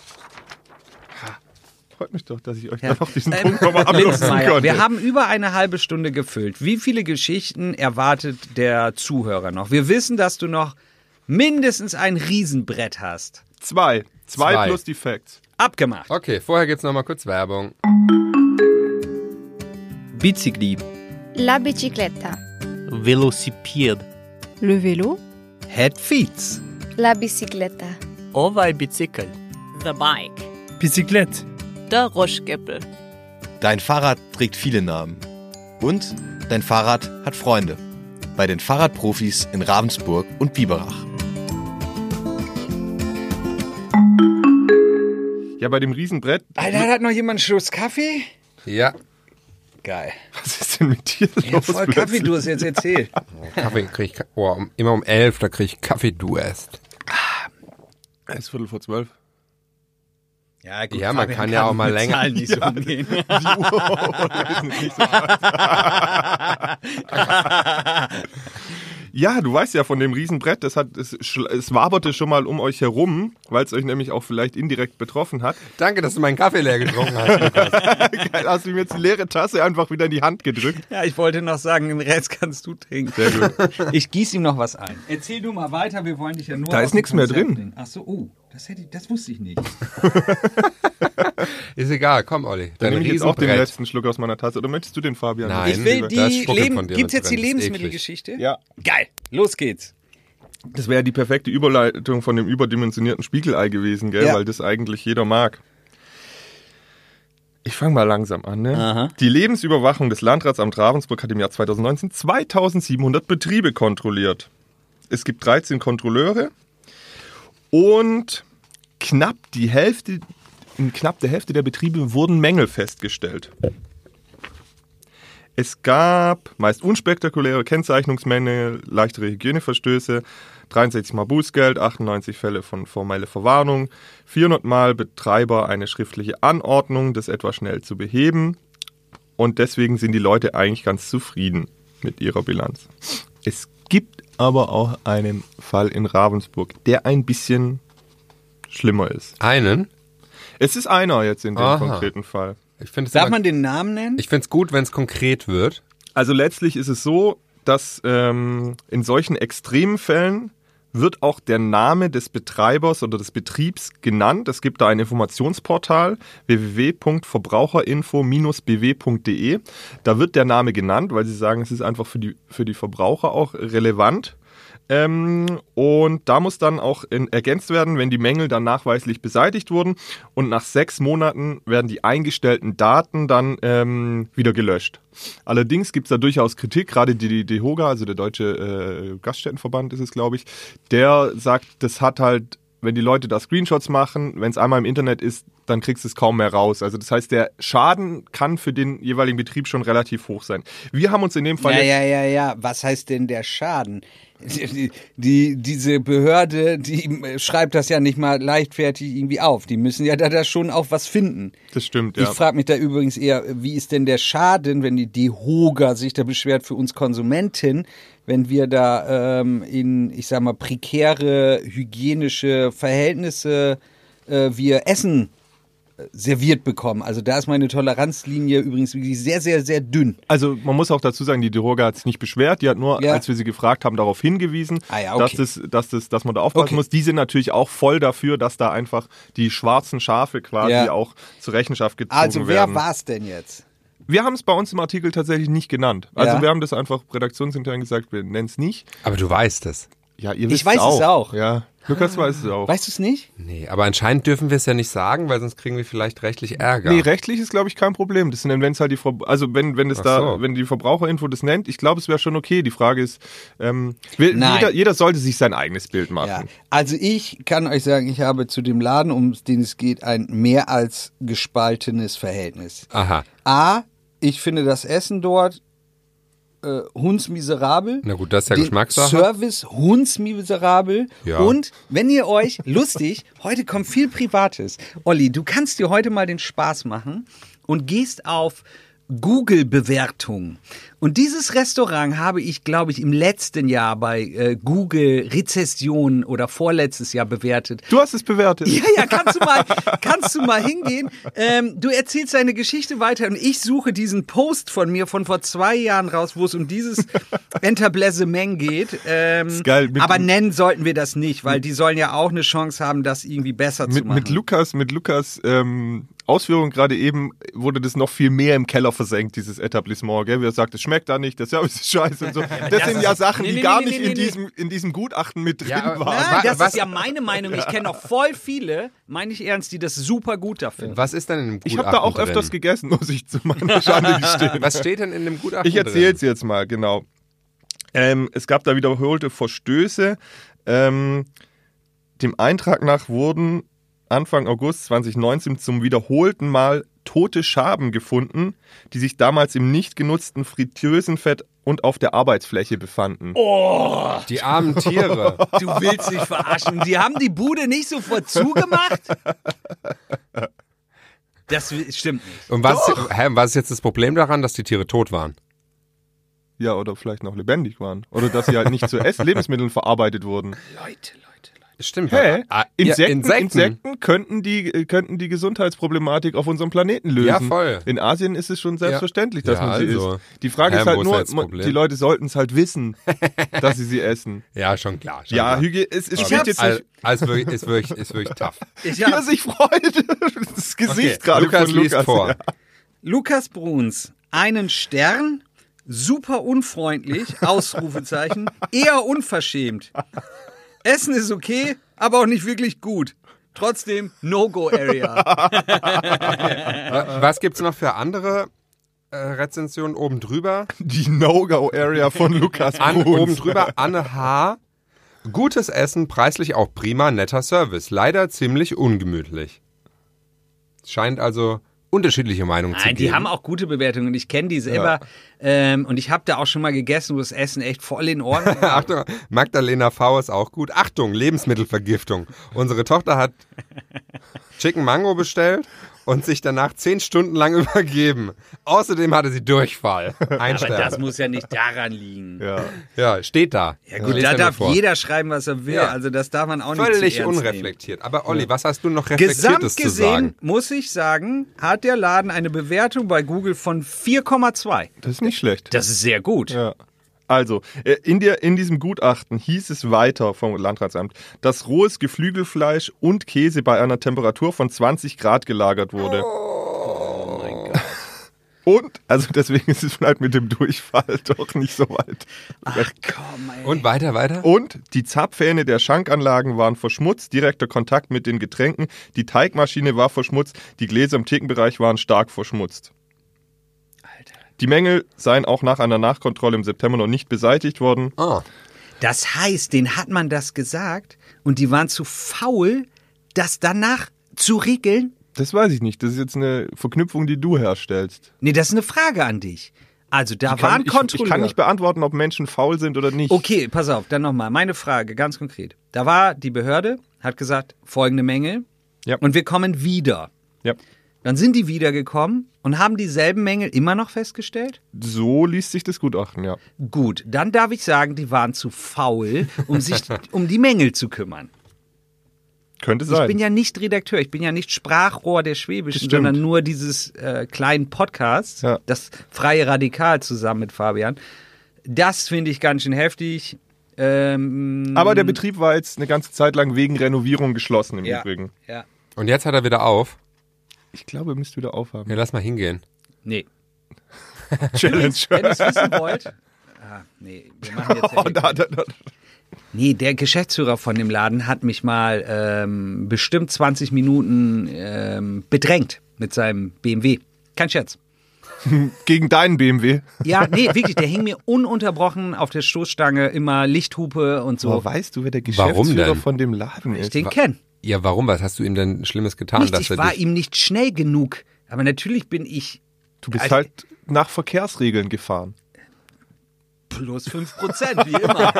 [SPEAKER 3] Freut mich doch, dass ich euch dann noch diesen
[SPEAKER 2] Ähm,
[SPEAKER 3] Punkt nochmal abnutzen
[SPEAKER 2] Linzmeier,
[SPEAKER 3] konnte.
[SPEAKER 2] wir haben über eine halbe Stunde gefüllt. Wie viele Geschichten erwartet der Zuhörer noch? Wir wissen, dass du noch mindestens ein Riesenbrett hast.
[SPEAKER 3] zwei. zwei.
[SPEAKER 1] Zwei.
[SPEAKER 3] plus die Facts.
[SPEAKER 2] Abgemacht.
[SPEAKER 1] Okay, vorher gibt's noch mal kurz Werbung.
[SPEAKER 7] Bicicli,
[SPEAKER 8] La bicicletta,
[SPEAKER 7] Velocipied,
[SPEAKER 4] Le vélo,
[SPEAKER 2] Head Feeds.
[SPEAKER 8] la bicicletta,
[SPEAKER 7] Ovaj Oh, Bicycle,
[SPEAKER 9] The Bike.
[SPEAKER 7] Bicyclette,
[SPEAKER 9] Der Roschgeppel.
[SPEAKER 10] Dein Fahrrad trägt viele Namen. Und dein Fahrrad hat Freunde. Bei den Fahrradprofis in Ravensburg und Biberach.
[SPEAKER 3] Ja, bei dem Riesenbrett,
[SPEAKER 2] Alter, Ah, hat noch jemand einen Schluss Kaffee?
[SPEAKER 1] Ja,
[SPEAKER 2] Geil.
[SPEAKER 3] was ist denn mit dir
[SPEAKER 2] Ja,
[SPEAKER 3] los?
[SPEAKER 2] voll
[SPEAKER 3] plötzlich?
[SPEAKER 2] Kaffeedurst jetzt erzählt.
[SPEAKER 1] Kaffee krieg ich, oh, um, immer um elf, da krieg ich Kaffeedurst.
[SPEAKER 3] Es ist Viertel vor zwölf.
[SPEAKER 2] Ja, gut,
[SPEAKER 1] Ja, man
[SPEAKER 2] Fabian
[SPEAKER 1] kann ja auch mal
[SPEAKER 2] mit
[SPEAKER 1] länger-
[SPEAKER 2] Zahlen nicht umgehen.
[SPEAKER 3] Ja, du weißt ja von dem Riesenbrett, das hat, es, schl- es waberte schon mal um euch herum, weil es euch nämlich auch vielleicht indirekt betroffen hat.
[SPEAKER 1] Danke, dass du meinen Kaffee leer getrunken hast.
[SPEAKER 3] Geil, hast du mir jetzt die leere Tasse einfach wieder in die Hand gedrückt.
[SPEAKER 2] Ja, ich wollte noch sagen, den Rest kannst du trinken. Sehr gut. Ich gieße ihm noch was ein.
[SPEAKER 6] Erzähl du mal weiter, wir wollen dich ja nur.
[SPEAKER 3] Da
[SPEAKER 6] aus
[SPEAKER 3] ist
[SPEAKER 6] dem
[SPEAKER 3] nichts mehr
[SPEAKER 6] Konzept
[SPEAKER 3] drin.
[SPEAKER 6] bringen. Ach so, oh, das, hätte ich, das wusste ich nicht.
[SPEAKER 1] Ist egal, komm Olli.
[SPEAKER 3] Dann
[SPEAKER 1] Dein
[SPEAKER 3] nehme ich jetzt auch den
[SPEAKER 1] Riesenbrett.
[SPEAKER 3] letzten Schluck aus meiner Tasse. Oder möchtest du den, Fabian?
[SPEAKER 1] Nein.
[SPEAKER 2] Ich will
[SPEAKER 1] Das
[SPEAKER 2] die
[SPEAKER 1] ist Spucke
[SPEAKER 2] Leben.
[SPEAKER 1] von dir
[SPEAKER 2] Gibt's
[SPEAKER 1] mit
[SPEAKER 2] jetzt die
[SPEAKER 1] drin, ist
[SPEAKER 2] Lebensmittelgeschichte?
[SPEAKER 3] Ja.
[SPEAKER 2] Geil. Los geht's.
[SPEAKER 3] Das wäre die perfekte Überleitung von dem überdimensionierten Spiegelei gewesen, gell?
[SPEAKER 2] Ja.
[SPEAKER 3] weil das eigentlich jeder mag. Ich fange mal langsam an. Ne? Die Lebensüberwachung des Landratsamts Ravensburg hat im Jahr 2019 2700 Betriebe kontrolliert. Es gibt 13 Kontrolleure und knapp die Hälfte, in knapp der Hälfte der Betriebe wurden Mängel festgestellt. Es gab meist unspektakuläre Kennzeichnungsmängel, leichtere Hygieneverstöße, 63 Mal Bußgeld, 98 Fälle von formelle Verwarnung, 400 Mal Betreiber eine schriftliche Anordnung, das etwa schnell zu beheben. Und deswegen sind die Leute eigentlich ganz zufrieden mit ihrer Bilanz. Es gibt aber auch einen Fall in Ravensburg, der ein bisschen schlimmer ist.
[SPEAKER 1] Einen?
[SPEAKER 3] Es ist einer jetzt in dem
[SPEAKER 1] Aha.
[SPEAKER 3] konkreten Fall.
[SPEAKER 1] Ich finde
[SPEAKER 2] Darf man den Namen nennen?
[SPEAKER 1] es gut, wenn es konkret wird.
[SPEAKER 3] Also letztlich ist es so, dass ähm, in solchen extremen Fällen wird auch der Name des Betreibers oder des Betriebs genannt. Es gibt da ein Informationsportal www.verbraucherinfo-bw.de. Da wird der Name genannt, weil sie sagen, es ist einfach für die, für die Verbraucher auch relevant. Ähm, und da muss dann auch in, ergänzt werden, wenn die Mängel dann nachweislich beseitigt wurden. Und nach sechs Monaten werden die eingestellten Daten dann ähm, wieder gelöscht. Allerdings gibt es da durchaus Kritik, gerade die, die DEHOGA, also der Deutsche äh, Gaststättenverband ist es, glaube ich, der sagt, das hat halt, wenn die Leute da Screenshots machen, wenn es einmal im Internet ist, dann kriegst du es kaum mehr raus. Also das heißt, der Schaden kann für den jeweiligen Betrieb schon relativ hoch sein. Wir haben uns in dem Fall
[SPEAKER 2] Ja,
[SPEAKER 3] jetzt-
[SPEAKER 2] ja, ja, ja. Was heißt denn der Schaden? Die, die, diese Behörde, die schreibt das ja nicht mal leichtfertig irgendwie auf. Die müssen ja da, da schon auch was finden.
[SPEAKER 3] das stimmt,
[SPEAKER 2] Ich
[SPEAKER 3] ja.
[SPEAKER 2] frage mich da übrigens eher, wie ist denn der Schaden, wenn die DEHOGA sich da beschwert für uns Konsumenten, wenn wir da ähm, in, ich sag mal, prekäre hygienische Verhältnisse äh, wir Essen äh, serviert bekommen. Also da ist meine Toleranzlinie übrigens wirklich sehr, sehr, sehr dünn.
[SPEAKER 3] Also man muss auch dazu sagen, die Droga hat es nicht beschwert, die hat nur,
[SPEAKER 2] Ja.
[SPEAKER 3] als wir sie gefragt haben, darauf hingewiesen,
[SPEAKER 2] Ah ja, okay.
[SPEAKER 3] dass, das, dass, das, dass man da aufpassen
[SPEAKER 2] Okay.
[SPEAKER 3] muss. Die sind natürlich auch voll dafür, dass da einfach die schwarzen Schafe quasi
[SPEAKER 2] Ja.
[SPEAKER 3] auch zur Rechenschaft gezogen
[SPEAKER 2] Also wer
[SPEAKER 3] werden.
[SPEAKER 2] war es denn jetzt?
[SPEAKER 3] wir haben es bei uns im Artikel tatsächlich nicht genannt. Also
[SPEAKER 2] Ja.
[SPEAKER 3] wir haben das einfach redaktionsintern gesagt, wir nennen es nicht.
[SPEAKER 1] Aber du weißt es.
[SPEAKER 3] Ja, ihr
[SPEAKER 2] Ich
[SPEAKER 3] wisst
[SPEAKER 2] weiß es
[SPEAKER 3] auch.
[SPEAKER 2] auch.
[SPEAKER 3] Ja, Lukas weiß es auch.
[SPEAKER 2] Weißt du es nicht?
[SPEAKER 1] Nee, aber anscheinend dürfen wir es ja nicht sagen, weil sonst kriegen wir vielleicht rechtlich Ärger.
[SPEAKER 3] Nee, rechtlich ist, glaube ich, kein Problem. Das sind, wenn es halt die, Ver- also wenn, wenn es
[SPEAKER 1] Ach
[SPEAKER 3] da,
[SPEAKER 1] so.
[SPEAKER 3] wenn die Verbraucherinfo das nennt, ich glaube, es wäre schon okay. Die Frage ist, ähm, will,
[SPEAKER 2] Nein.
[SPEAKER 3] jeder, jeder sollte sich sein eigenes Bild machen.
[SPEAKER 2] Ja. Also ich kann euch sagen, ich habe zu dem Laden, um den es geht, ein mehr als gespaltenes Verhältnis.
[SPEAKER 1] Aha.
[SPEAKER 2] A, ich finde das Essen dort äh, hundsmiserabel.
[SPEAKER 1] Na gut, das ist ja
[SPEAKER 2] Den
[SPEAKER 1] Geschmackssache.
[SPEAKER 2] Service hundsmiserabel.
[SPEAKER 1] Ja.
[SPEAKER 2] Und wenn ihr euch, lustig, heute kommt viel Privates. Olli, du kannst dir heute mal den Spaß machen und gehst auf Google-Bewertungen. Und dieses Restaurant habe ich, glaube ich, im letzten Jahr bei äh, Google Rezession oder vorletztes Jahr bewertet.
[SPEAKER 3] Du hast es bewertet.
[SPEAKER 2] Ja, ja, kannst du mal, kannst du mal hingehen. Ähm, du erzählst deine Geschichte weiter und ich suche diesen Post von mir von vor zwei Jahren raus, wo es um dieses Entablessement geht. Ähm,
[SPEAKER 3] Ist geil, mit-
[SPEAKER 2] aber nennen sollten wir das nicht, weil die sollen ja auch eine Chance haben, das irgendwie besser zu
[SPEAKER 3] Mit,
[SPEAKER 2] machen.
[SPEAKER 3] mit Lukas, mit Lukas ähm, Ausführung gerade eben wurde das noch viel mehr im Keller versenkt, dieses Etablissement. Gell? Wer sagt, es schmeckt da nicht, das Service ist scheiße und so. das sind ja Sachen,
[SPEAKER 9] Nee,
[SPEAKER 3] die
[SPEAKER 9] nee,
[SPEAKER 3] gar
[SPEAKER 9] nee,
[SPEAKER 3] nicht
[SPEAKER 9] nee,
[SPEAKER 3] in,
[SPEAKER 9] nee,
[SPEAKER 3] diesem, in diesem Gutachten mit drin
[SPEAKER 1] Ja, aber-
[SPEAKER 3] waren.
[SPEAKER 1] Wa-
[SPEAKER 2] Nein, das
[SPEAKER 1] was-
[SPEAKER 2] ist ja meine Meinung. Ich kenne auch voll viele, meine ich ernst, die das super gut da finden.
[SPEAKER 1] Was ist denn in dem Gutachten
[SPEAKER 3] Ich habe da auch öfters
[SPEAKER 1] drin?
[SPEAKER 3] gegessen, muss ich zu meiner Schande gestehen.
[SPEAKER 1] Was steht denn in dem Gutachten
[SPEAKER 3] Ich erzähle
[SPEAKER 1] drin?
[SPEAKER 3] es jetzt mal, genau. Ähm, es gab da wiederholte Verstöße. Ähm, dem Eintrag nach wurden Anfang August 2019 zum wiederholten Mal tote Schaben gefunden, die sich damals im nicht genutzten Fritösenfett und auf der Arbeitsfläche befanden.
[SPEAKER 1] Die armen Tiere.
[SPEAKER 2] Du willst dich verarschen. Die haben die Bude nicht sofort zugemacht? Das stimmt nicht.
[SPEAKER 1] Und was, hä, und was ist jetzt das Problem daran, dass die Tiere tot waren?
[SPEAKER 3] Ja, oder vielleicht noch lebendig waren. Oder dass sie halt nicht zu Ess Lebensmitteln verarbeitet wurden.
[SPEAKER 1] Stimmt.
[SPEAKER 3] Hä?
[SPEAKER 1] Ah, ja,
[SPEAKER 3] Insekten,
[SPEAKER 1] Insekten.
[SPEAKER 3] Insekten könnten, die, äh, könnten die Gesundheitsproblematik auf unserem Planeten lösen.
[SPEAKER 1] Ja, voll.
[SPEAKER 3] In Asien ist es schon selbstverständlich,
[SPEAKER 1] Ja.
[SPEAKER 3] dass
[SPEAKER 1] Ja,
[SPEAKER 3] man sie
[SPEAKER 1] also.
[SPEAKER 3] isst. Die Frage
[SPEAKER 1] Hä,
[SPEAKER 3] ist
[SPEAKER 1] wo
[SPEAKER 3] halt
[SPEAKER 1] ist
[SPEAKER 3] nur,
[SPEAKER 1] jetzt das
[SPEAKER 3] mo-
[SPEAKER 1] Problem?
[SPEAKER 3] die Leute sollten es halt wissen, dass sie sie essen.
[SPEAKER 1] Ja, schon klar. Schon
[SPEAKER 3] Ja,
[SPEAKER 1] klar.
[SPEAKER 3] Hygie es, es
[SPEAKER 1] Aber
[SPEAKER 3] spielt jetzt
[SPEAKER 1] also,
[SPEAKER 3] nicht.
[SPEAKER 1] also wirklich, ist, wirklich, ist wirklich tough.
[SPEAKER 2] Ich
[SPEAKER 3] Wie er
[SPEAKER 2] hab,
[SPEAKER 3] sich freut. Das Gesicht gerade
[SPEAKER 1] Lukas
[SPEAKER 3] von
[SPEAKER 1] liest
[SPEAKER 3] Lukas.
[SPEAKER 1] vor.
[SPEAKER 3] Ja.
[SPEAKER 2] Lukas Bruns, einen Stern, super unfreundlich, Ausrufezeichen, eher unverschämt. Essen ist okay, aber auch nicht wirklich gut. Trotzdem No-Go-Area.
[SPEAKER 1] Wa- Äh, Was gibt's noch für andere äh, Rezensionen oben drüber?
[SPEAKER 3] Die No-Go-Area von Lukas
[SPEAKER 1] An,
[SPEAKER 3] Bruns.
[SPEAKER 1] oben drüber Anne H. Gutes Essen, preislich auch prima, netter Service. Leider ziemlich ungemütlich. Es scheint also unterschiedliche Meinungen zu
[SPEAKER 7] Nein,
[SPEAKER 1] geben.
[SPEAKER 7] die haben auch gute Bewertungen. Ich kenne die selber. Ähm, und ich habe da auch schon mal gegessen, wo das Essen echt voll in Ordnung war.
[SPEAKER 1] Achtung, Magdalena V ist auch gut. Achtung, Lebensmittelvergiftung. Unsere Tochter hat Chicken Mango bestellt und sich danach zehn Stunden lang übergeben. Außerdem hatte sie Durchfall. Ein
[SPEAKER 7] Aber
[SPEAKER 1] Stern.
[SPEAKER 7] das muss ja nicht daran liegen. Ja,
[SPEAKER 1] Ja, steht da.
[SPEAKER 7] gut,
[SPEAKER 1] Lest
[SPEAKER 7] da
[SPEAKER 1] dir
[SPEAKER 7] darf
[SPEAKER 1] mal vor.
[SPEAKER 7] jeder schreiben, was er will.
[SPEAKER 1] Ja.
[SPEAKER 7] Also das darf man auch nicht
[SPEAKER 1] Völlig
[SPEAKER 7] zu ernst nehmen.
[SPEAKER 1] unreflektiert. Aber Olli, was hast du noch Reflektiertes
[SPEAKER 7] Gesamt
[SPEAKER 1] zu sagen?
[SPEAKER 7] gesehen, muss ich sagen, hat der Laden eine Bewertung bei Google von 4,2.
[SPEAKER 3] Das ist nicht schlecht.
[SPEAKER 7] Das ist sehr gut.
[SPEAKER 3] Ja. Also, äh, in, der, in diesem Gutachten hieß es weiter vom Landratsamt, dass rohes Geflügelfleisch und Käse bei einer Temperatur von 20 Grad gelagert wurde. Oh, mein Gott. Und, also deswegen ist es vielleicht mit dem Durchfall doch nicht so weit.
[SPEAKER 1] Und weiter, weiter?
[SPEAKER 3] Und die Zapfhähne der Schankanlagen waren verschmutzt, direkter Kontakt mit den Getränken, die Teigmaschine war verschmutzt, die Gläser im Thekenbereich waren stark verschmutzt. Die Mängel seien auch nach einer Nachkontrolle im September noch nicht beseitigt worden.
[SPEAKER 1] Ah.
[SPEAKER 7] Das heißt, denen hat man das gesagt und die waren zu faul, das danach zu regeln?
[SPEAKER 3] Das weiß ich nicht. Das ist jetzt eine Verknüpfung, die du herstellst.
[SPEAKER 7] Nee, das ist eine Frage an dich. Also da waren
[SPEAKER 3] ich, ich kann
[SPEAKER 7] Kontrolleure.
[SPEAKER 3] nicht beantworten, ob Menschen faul sind oder nicht.
[SPEAKER 7] Okay, pass auf, dann nochmal. Meine Frage, ganz konkret. Da war die Behörde, hat gesagt, folgende Mängel.
[SPEAKER 3] Ja.
[SPEAKER 7] Und wir kommen wieder.
[SPEAKER 3] Ja.
[SPEAKER 7] Dann sind die wiedergekommen und haben dieselben Mängel immer noch festgestellt?
[SPEAKER 3] So liest sich das Gutachten, ja.
[SPEAKER 7] Gut, dann darf ich sagen, die waren zu faul, um sich um die Mängel zu kümmern.
[SPEAKER 3] Könnte sein.
[SPEAKER 7] Ich bin ja nicht Redakteur, ich bin ja nicht Sprachrohr der
[SPEAKER 3] Das
[SPEAKER 7] Schwäbischen,
[SPEAKER 3] stimmt.
[SPEAKER 7] sondern nur dieses äh, kleinen Podcasts,
[SPEAKER 3] Ja.
[SPEAKER 7] das Freie Radikal zusammen mit Fabian. Das finde ich ganz schön heftig. Ähm,
[SPEAKER 3] Aber der Betrieb war jetzt eine ganze Zeit lang wegen Renovierung geschlossen im
[SPEAKER 7] ja,
[SPEAKER 3] Übrigen.
[SPEAKER 7] ja.
[SPEAKER 1] Und jetzt hat er wieder auf.
[SPEAKER 3] Ich glaube, ihr müsst wieder aufhaben.
[SPEAKER 1] Ja, lass mal hingehen.
[SPEAKER 7] Nee.
[SPEAKER 3] Challenge.
[SPEAKER 7] Wenn ihr es wissen wollt. Ah, nee, wir machen jetzt ja
[SPEAKER 3] Oh, da, da, da.
[SPEAKER 7] Nee, der Geschäftsführer von dem Laden hat mich mal ähm, bestimmt 20 Minuten ähm, bedrängt mit seinem BMW. Kein Scherz.
[SPEAKER 3] Gegen deinen BMW.
[SPEAKER 7] Ja, nee, wirklich, der hing mir ununterbrochen auf der Stoßstange, immer Lichthupe und so.
[SPEAKER 3] Boah, weißt du, wer der
[SPEAKER 1] Warum
[SPEAKER 3] Geschäftsführer
[SPEAKER 1] denn?
[SPEAKER 3] von dem Laden ist?
[SPEAKER 7] den kennen.
[SPEAKER 1] Ja, warum? Was hast du ihm denn Schlimmes getan?
[SPEAKER 7] Nicht,
[SPEAKER 1] dass
[SPEAKER 7] ich
[SPEAKER 1] er
[SPEAKER 7] war
[SPEAKER 1] dich-
[SPEAKER 7] ihm nicht schnell genug. Aber natürlich bin ich
[SPEAKER 3] Du bist
[SPEAKER 7] Also-
[SPEAKER 3] halt nach Verkehrsregeln gefahren.
[SPEAKER 7] plus 5 Prozent, wie immer.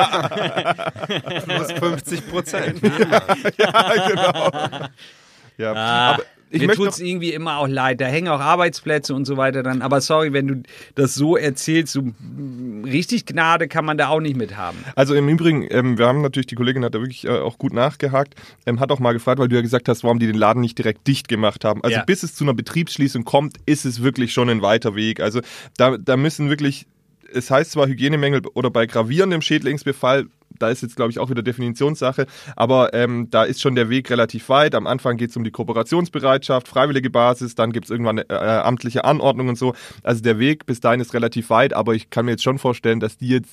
[SPEAKER 1] plus 50 Prozent.
[SPEAKER 3] Ja,
[SPEAKER 7] Ah.
[SPEAKER 3] aber ich
[SPEAKER 7] Ich Mir
[SPEAKER 3] möchte
[SPEAKER 7] tut's
[SPEAKER 3] noch,
[SPEAKER 7] irgendwie immer auch leid. Da hängen auch Arbeitsplätze und so weiter dann. Aber sorry, wenn du das so erzählst, so mm, richtig Gnade kann man da auch nicht mit haben.
[SPEAKER 3] also im Übrigen, ähm, wir haben natürlich, die Kollegin hat da wirklich äh, auch gut nachgehakt, ähm, hat auch mal gefragt, weil du ja gesagt hast, warum die den Laden nicht direkt dicht gemacht haben. Also
[SPEAKER 7] Ja.
[SPEAKER 3] bis es zu einer Betriebsschließung kommt, ist es wirklich schon ein weiter Weg. Also da, da müssen wirklich, es heißt zwar Hygienemängel oder bei gravierendem Schädlingsbefall, da ist jetzt, glaube ich, auch wieder Definitionssache, aber ähm, da ist schon der Weg relativ weit. Am Anfang geht es um die Kooperationsbereitschaft, freiwillige Basis, dann gibt es irgendwann äh, amtliche Anordnung und so. Also der Weg bis dahin ist relativ weit, aber ich kann mir jetzt schon vorstellen, dass die jetzt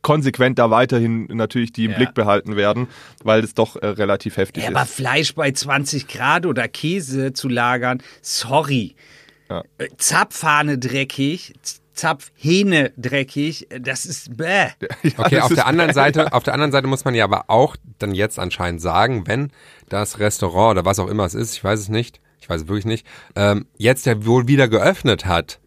[SPEAKER 3] konsequent da weiterhin natürlich die im
[SPEAKER 7] Ja.
[SPEAKER 3] Blick behalten werden, weil das doch äh, relativ heftig
[SPEAKER 7] Ja,
[SPEAKER 3] ist.
[SPEAKER 7] aber Fleisch bei 20 Grad oder Käse zu lagern, sorry.
[SPEAKER 3] Ja.
[SPEAKER 7] Äh, Zapfhahne dreckig, Z- Zapfhähne dreckig, äh, das ist bäh.
[SPEAKER 1] Okay,
[SPEAKER 3] das
[SPEAKER 1] auf
[SPEAKER 3] ist
[SPEAKER 1] der anderen Seite, auf der anderen Seite muss man ja aber auch dann jetzt anscheinend sagen, wenn das Restaurant oder was auch immer es ist, ich weiß es nicht, ich weiß es wirklich nicht, ähm, jetzt ja wohl wieder geöffnet hat,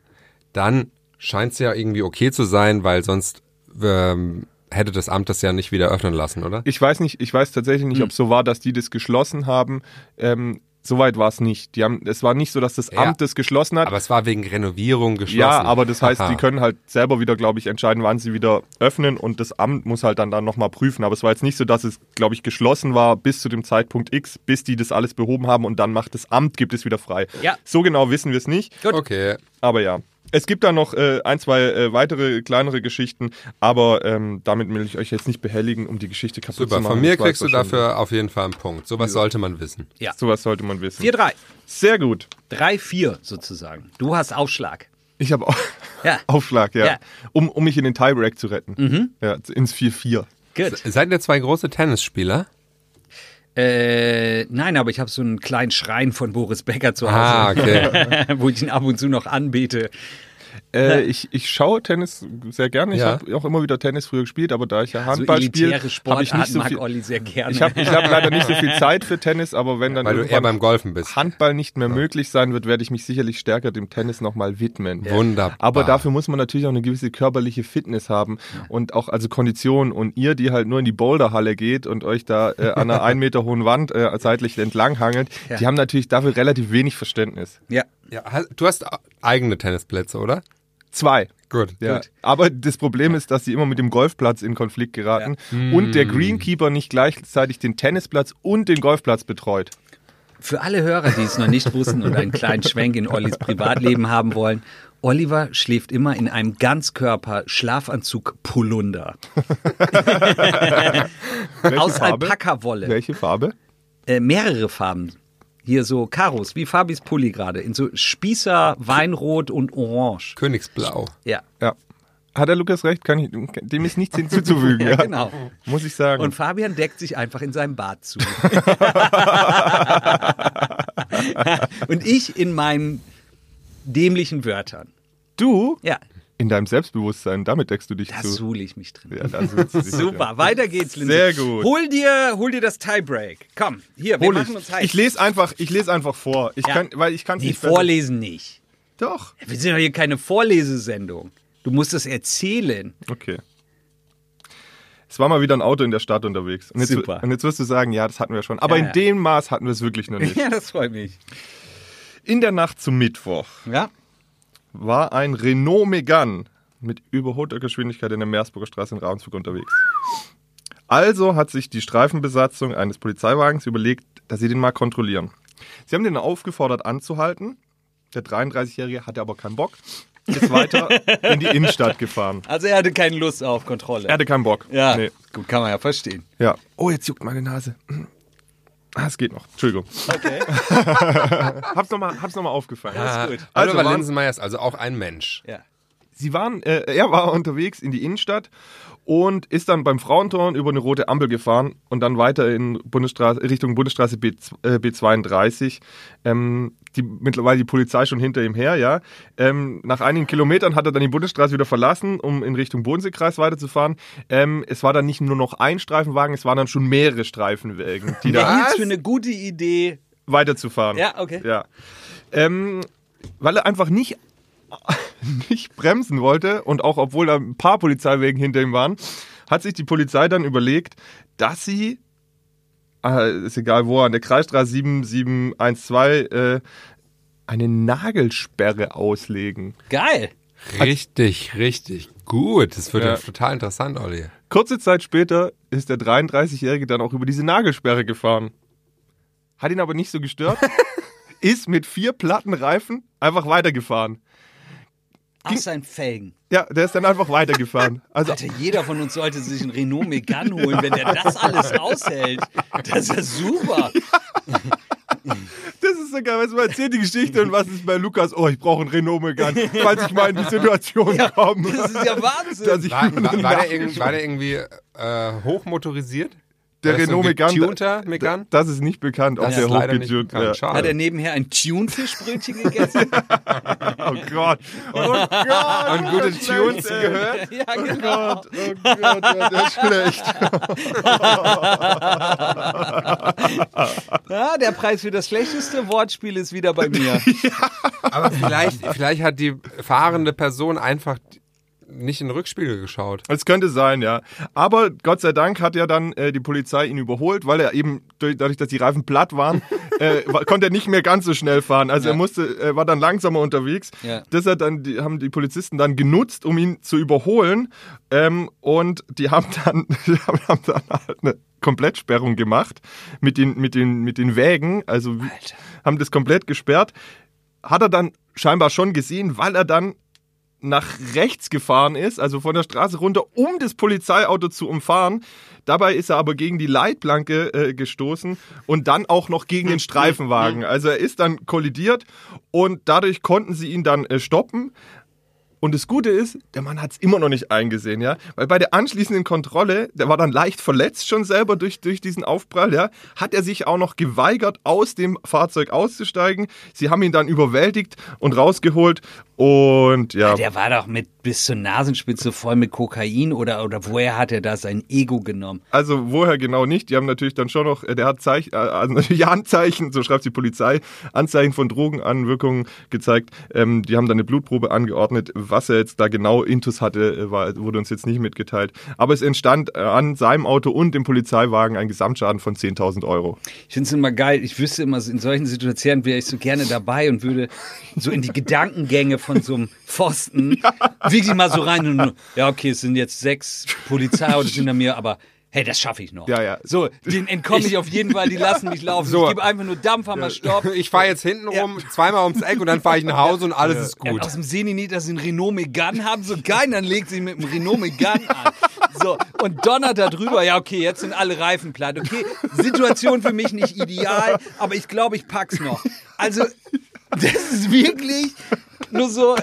[SPEAKER 1] dann scheint es ja irgendwie okay zu sein, weil sonst ähm, hätte das Amt das ja nicht wieder öffnen lassen, oder?
[SPEAKER 3] Ich weiß nicht, ich weiß tatsächlich nicht, ob
[SPEAKER 1] Hm.
[SPEAKER 3] es so war, dass die das geschlossen haben. Ähm, Soweit war es nicht. Die haben, es war nicht so, dass das
[SPEAKER 1] Ja.
[SPEAKER 3] Amt das geschlossen hat.
[SPEAKER 1] Aber es war wegen Renovierung geschlossen.
[SPEAKER 3] ja, aber das heißt,
[SPEAKER 1] Haha.
[SPEAKER 3] die können halt selber wieder, glaube ich, entscheiden, wann sie wieder öffnen und das Amt muss halt dann, dann nochmal prüfen. Aber es war jetzt nicht so, dass es, glaube ich, geschlossen war bis zu dem Zeitpunkt X, bis die das alles behoben haben und dann macht das Amt, gibt es wieder frei.
[SPEAKER 7] Ja.
[SPEAKER 3] So genau wissen wir es nicht.
[SPEAKER 1] Okay.
[SPEAKER 3] Aber ja, es gibt da noch äh, ein, zwei äh, weitere kleinere Geschichten, aber ähm, damit will ich euch jetzt nicht behelligen, um die Geschichte kaputt zu
[SPEAKER 1] Super.
[SPEAKER 3] machen.
[SPEAKER 1] Von mir
[SPEAKER 3] Das weiß
[SPEAKER 1] kriegst du
[SPEAKER 3] doch schon.
[SPEAKER 1] dafür auf jeden Fall einen Punkt. Sowas sollte man wissen.
[SPEAKER 7] Ja.
[SPEAKER 3] Sowas sollte man wissen.
[SPEAKER 7] 4-3.
[SPEAKER 3] Sehr gut.
[SPEAKER 7] 3-4 sozusagen. Du hast Aufschlag.
[SPEAKER 3] Ich habe auch
[SPEAKER 7] Ja.
[SPEAKER 3] Aufschlag, ja.
[SPEAKER 7] Ja.
[SPEAKER 3] Um, um mich in den Tiebreak zu retten.
[SPEAKER 2] Mhm.
[SPEAKER 3] Ja, ins 4-4.
[SPEAKER 7] Gut.
[SPEAKER 1] Seid ihr zwei große Tennisspieler?
[SPEAKER 7] Äh, nein, aber ich habe so einen kleinen Schrein von Boris Becker zu Hause,
[SPEAKER 1] Ah, okay.
[SPEAKER 7] wo ich ihn ab und zu noch anbete.
[SPEAKER 3] Äh, ich, ich schaue Tennis sehr gerne. Ich
[SPEAKER 1] Ja.
[SPEAKER 3] habe auch immer wieder Tennis früher gespielt, aber da ich ja
[SPEAKER 2] so
[SPEAKER 3] Handball spiele,
[SPEAKER 2] elitäre
[SPEAKER 3] habe ich nicht
[SPEAKER 2] Sportarten
[SPEAKER 3] so
[SPEAKER 2] mag
[SPEAKER 3] viel.
[SPEAKER 2] Olli sehr gerne.
[SPEAKER 3] Ich habe ich hab leider nicht so viel Zeit für Tennis, aber wenn dann
[SPEAKER 1] Weil du eher
[SPEAKER 3] irgendwann
[SPEAKER 1] beim Golfen bist.
[SPEAKER 3] Handball nicht mehr möglich sein wird, werde ich mich sicherlich stärker dem Tennis nochmal widmen.
[SPEAKER 1] Wunderbar.
[SPEAKER 3] Aber dafür muss man natürlich auch eine gewisse körperliche Fitness haben und auch also Kondition. Und ihr, die halt nur in die Boulderhalle geht und euch da äh, an einer ein Meter hohen Wand äh, seitlich entlang hangelt,
[SPEAKER 2] Ja.
[SPEAKER 3] die haben natürlich dafür relativ wenig Verständnis.
[SPEAKER 2] Ja,
[SPEAKER 1] Ja, hast- du hast eigene Tennisplätze, oder?
[SPEAKER 3] Zwei.
[SPEAKER 1] Gut.
[SPEAKER 3] Ja. Aber das Problem ist, dass sie immer mit dem Golfplatz in Konflikt geraten und der Greenkeeper nicht gleichzeitig den Tennisplatz und den Golfplatz betreut.
[SPEAKER 2] Für alle Hörer, die es noch nicht wussten und einen kleinen Schwenk in Ollis Privatleben haben wollen, Oliver schläft immer in einem Ganzkörper-Schlafanzug Polunder.
[SPEAKER 3] Welche
[SPEAKER 2] Aus
[SPEAKER 3] Farbe?
[SPEAKER 2] Alpaka-Wolle.
[SPEAKER 3] Welche Farbe?
[SPEAKER 2] Äh, mehrere Farben. Hier so Karos, wie Fabis Pulli gerade. In so Spießer, Weinrot und Orange.
[SPEAKER 1] Königsblau.
[SPEAKER 2] Ja.
[SPEAKER 3] Ja. Hat der Lukas recht? Kann ich, dem ist nichts hinzuzufügen. ja,
[SPEAKER 2] Genau.
[SPEAKER 3] Muss ich sagen.
[SPEAKER 2] Und Fabian deckt sich einfach in seinem Bad zu. und ich in meinen dämlichen Wörtern.
[SPEAKER 3] du?
[SPEAKER 2] Ja,
[SPEAKER 3] In deinem Selbstbewusstsein, damit deckst du dich
[SPEAKER 2] da
[SPEAKER 3] zu.
[SPEAKER 2] suhle ich mich drin.
[SPEAKER 3] Ja, da suhlst du dich,
[SPEAKER 2] Super,
[SPEAKER 3] ja.
[SPEAKER 2] weiter geht's, Lindsay.
[SPEAKER 3] Sehr gut.
[SPEAKER 2] Hol dir, hol dir das Tiebreak. Komm, hier, wir
[SPEAKER 3] Hol
[SPEAKER 2] machen uns
[SPEAKER 3] ich.
[SPEAKER 2] heiß.
[SPEAKER 3] Ich lese einfach, ich lese einfach vor. Ich
[SPEAKER 2] Ja.
[SPEAKER 3] kann, weil ich kann
[SPEAKER 2] Nee, vorlesen nicht.
[SPEAKER 3] Doch.
[SPEAKER 2] Wir sind doch hier keine Vorlesesendung. Du musst es erzählen.
[SPEAKER 3] Okay. Es war mal wieder ein Auto in der Stadt unterwegs. Und jetzt,
[SPEAKER 2] Super.
[SPEAKER 3] Und jetzt wirst du sagen, ja, das hatten wir schon. Aber
[SPEAKER 2] Ja,
[SPEAKER 3] in
[SPEAKER 2] ja.
[SPEAKER 3] dem Maß hatten wir es wirklich noch nicht.
[SPEAKER 2] Ja, das freut mich.
[SPEAKER 3] In der Nacht zum Mittwoch
[SPEAKER 2] Ja.
[SPEAKER 3] war ein Renault Megane mit überholter Geschwindigkeit in der Meersburger Straße in Ravensburg unterwegs. Also hat sich die Streifenbesatzung eines Polizeiwagens überlegt, dass sie den mal kontrollieren. Sie haben den aufgefordert anzuhalten. Der 33-Jährige hatte aber keinen Bock. Ist weiter in die Innenstadt gefahren.
[SPEAKER 2] Also er hatte keine Lust auf Kontrolle.
[SPEAKER 3] Er hatte keinen Bock.
[SPEAKER 2] ja,
[SPEAKER 3] Nee.
[SPEAKER 2] gut, kann man ja verstehen.
[SPEAKER 3] Ja. Oh, jetzt juckt meine Nase. Ah, es geht noch. Entschuldigung.
[SPEAKER 2] Okay.
[SPEAKER 3] Hab's nochmal hab's noch mal aufgefallen.
[SPEAKER 1] Ah,
[SPEAKER 2] gut.
[SPEAKER 3] Also
[SPEAKER 1] Also
[SPEAKER 3] waren-
[SPEAKER 1] Linsenmeier ist also auch ein Mensch.
[SPEAKER 2] Ja.
[SPEAKER 3] Sie waren, äh, er war unterwegs in die Innenstadt und ist dann beim Frauentor über eine rote Ampel gefahren und dann weiter in Bundesstraße, Richtung Bundesstraße B, äh, B32. Ähm, die, mittlerweile die Polizei schon hinter ihm her, ja. Ähm, nach einigen Kilometern hat er dann die Bundesstraße wieder verlassen, um in Richtung Bodenseekreis weiterzufahren. Ähm, es war dann nicht nur noch ein Streifenwagen, es waren dann schon mehrere Streifenwagen, die
[SPEAKER 2] Der
[SPEAKER 3] da
[SPEAKER 2] hielt's für eine gute Idee.
[SPEAKER 3] weiterzufahren.
[SPEAKER 2] Ja, okay.
[SPEAKER 3] Ja. Ähm, weil er einfach nicht, nicht bremsen wollte und auch obwohl da ein paar Polizeiwegen hinter ihm waren, hat sich die Polizei dann überlegt, dass sie, ah, ist egal wo, an der Kreisstraße 7712 äh, eine Nagelsperre auslegen.
[SPEAKER 2] Geil.
[SPEAKER 1] Richtig, richtig gut. Das wird
[SPEAKER 3] Ja.
[SPEAKER 1] ja. total interessant, Olli.
[SPEAKER 3] Kurze Zeit später ist der 33-Jährige dann auch über diese Nagelsperre gefahren. Hat ihn aber nicht so gestört, ist mit vier platten Reifen einfach weitergefahren.
[SPEAKER 2] Aus seinen Felgen.
[SPEAKER 3] Ja, der ist dann einfach weitergefahren. Also
[SPEAKER 2] Alter, jeder von uns sollte sich einen Renault Megane holen, wenn der das alles aushält. Das ist ja super.
[SPEAKER 3] Das ist so geil, weißt du, man erzählt die Geschichte und was ist bei Lukas? Oh, ich brauche einen Renault Megane, falls ich mal in die Situation komme.
[SPEAKER 2] Das ist ja Wahnsinn.
[SPEAKER 3] dass ich
[SPEAKER 1] War, war, war, der, irgend, war der irgendwie äh, hochmotorisiert?
[SPEAKER 3] der
[SPEAKER 1] War das so ein
[SPEAKER 3] Renault Megane,
[SPEAKER 1] getunter Megane?
[SPEAKER 3] das ist nicht bekannt, ob
[SPEAKER 1] Das
[SPEAKER 3] der
[SPEAKER 1] ist leider nicht
[SPEAKER 3] hochgetunt
[SPEAKER 1] bekannt.
[SPEAKER 3] ja.
[SPEAKER 2] Hat er
[SPEAKER 1] Schade.
[SPEAKER 2] nebenher ein Tune-Fischbrötchen gegessen?
[SPEAKER 3] Oh Gott, oh Gott.
[SPEAKER 1] Und gute Tunes
[SPEAKER 3] Scheiße.
[SPEAKER 1] gehört?
[SPEAKER 2] ja,
[SPEAKER 3] Oh
[SPEAKER 2] genau.
[SPEAKER 3] Gott, oh Gott, ja, der ist schlecht.
[SPEAKER 2] Ja, der Preis für das schlechteste Wortspiel ist wieder bei mir.
[SPEAKER 1] Aber vielleicht, vielleicht hat die fahrende Person einfach nicht in den Rückspiegel geschaut.
[SPEAKER 3] Es könnte sein, ja. Aber Gott sei Dank hat ja dann äh, die Polizei ihn überholt, weil er eben durch, dadurch, dass die Reifen platt waren, äh, war, konnte er nicht mehr ganz so schnell fahren. Also er musste, er war dann langsamer unterwegs.
[SPEAKER 2] Ja.
[SPEAKER 3] Das hat dann, die, haben die Polizisten dann genutzt, um ihn zu überholen. Ähm, und die haben dann, die haben, haben dann halt eine Komplettsperrung gemacht mit den, mit den, mit den Wägen. Also wie- haben das komplett gesperrt. Hat er dann scheinbar schon gesehen, weil er dann nach rechts gefahren ist, also von der Straße runter, um das Polizeiauto zu umfahren. Dabei ist er aber gegen die Leitplanke äh, gestoßen und dann auch noch gegen den Streifenwagen. Also er ist dann kollidiert und dadurch konnten sie ihn dann äh, stoppen. Und das Gute ist, der Mann hat es immer noch nicht eingesehen, ja. Weil bei der anschließenden Kontrolle, der war dann leicht verletzt schon selber durch, durch diesen Aufprall, ja, hat er sich auch noch geweigert, aus dem Fahrzeug auszusteigen. Sie haben ihn dann überwältigt und rausgeholt. Und ja.
[SPEAKER 2] Der war doch mit bis zur Nasenspitze voll mit Kokain oder, oder woher hat er da sein Ego genommen?
[SPEAKER 3] Also woher genau nicht? Die haben natürlich dann schon noch, äh, der hat Zeich, äh, also natürlich Anzeichen, so schreibt die Polizei, Anzeichen von Drogenanwirkungen gezeigt. Ähm, die haben dann eine Blutprobe angeordnet. Was er jetzt da genau Intus hatte, äh, war, wurde uns jetzt nicht mitgeteilt. Aber es entstand äh, an seinem Auto und dem Polizeiwagen ein Gesamtschaden von 10.000 Euro.
[SPEAKER 2] Ich finde es immer geil. Ich wüsste immer, in solchen Situationen wäre ich so gerne dabei und würde so in die Gedankengänge von so einem Pfosten wirklich mal so rein und ja, okay, es sind jetzt sechs Polizeiautos hinter mir, aber hey, das schaffe ich noch.
[SPEAKER 3] Ja, ja.
[SPEAKER 2] So, den entkomme ich auf jeden Fall, die lassen mich laufen.
[SPEAKER 1] So.
[SPEAKER 2] Ich gebe einfach nur Dampf, einmal Stopp.
[SPEAKER 1] Ich fahre jetzt hinten rum, zweimal ums Eck und dann fahre ich nach Hause und alles ist
[SPEAKER 2] Ja,
[SPEAKER 1] gut.
[SPEAKER 2] aus dem Seni nicht, dass sie einen Renault Megane haben, so geil, dann legt sie mit dem Renault Megane an. So, und donnert da drüber, ja, okay, jetzt sind alle Reifen platt. Okay, Situation für mich nicht ideal, aber ich glaube, ich pack's noch. Also, das ist wirklich nur so, äh,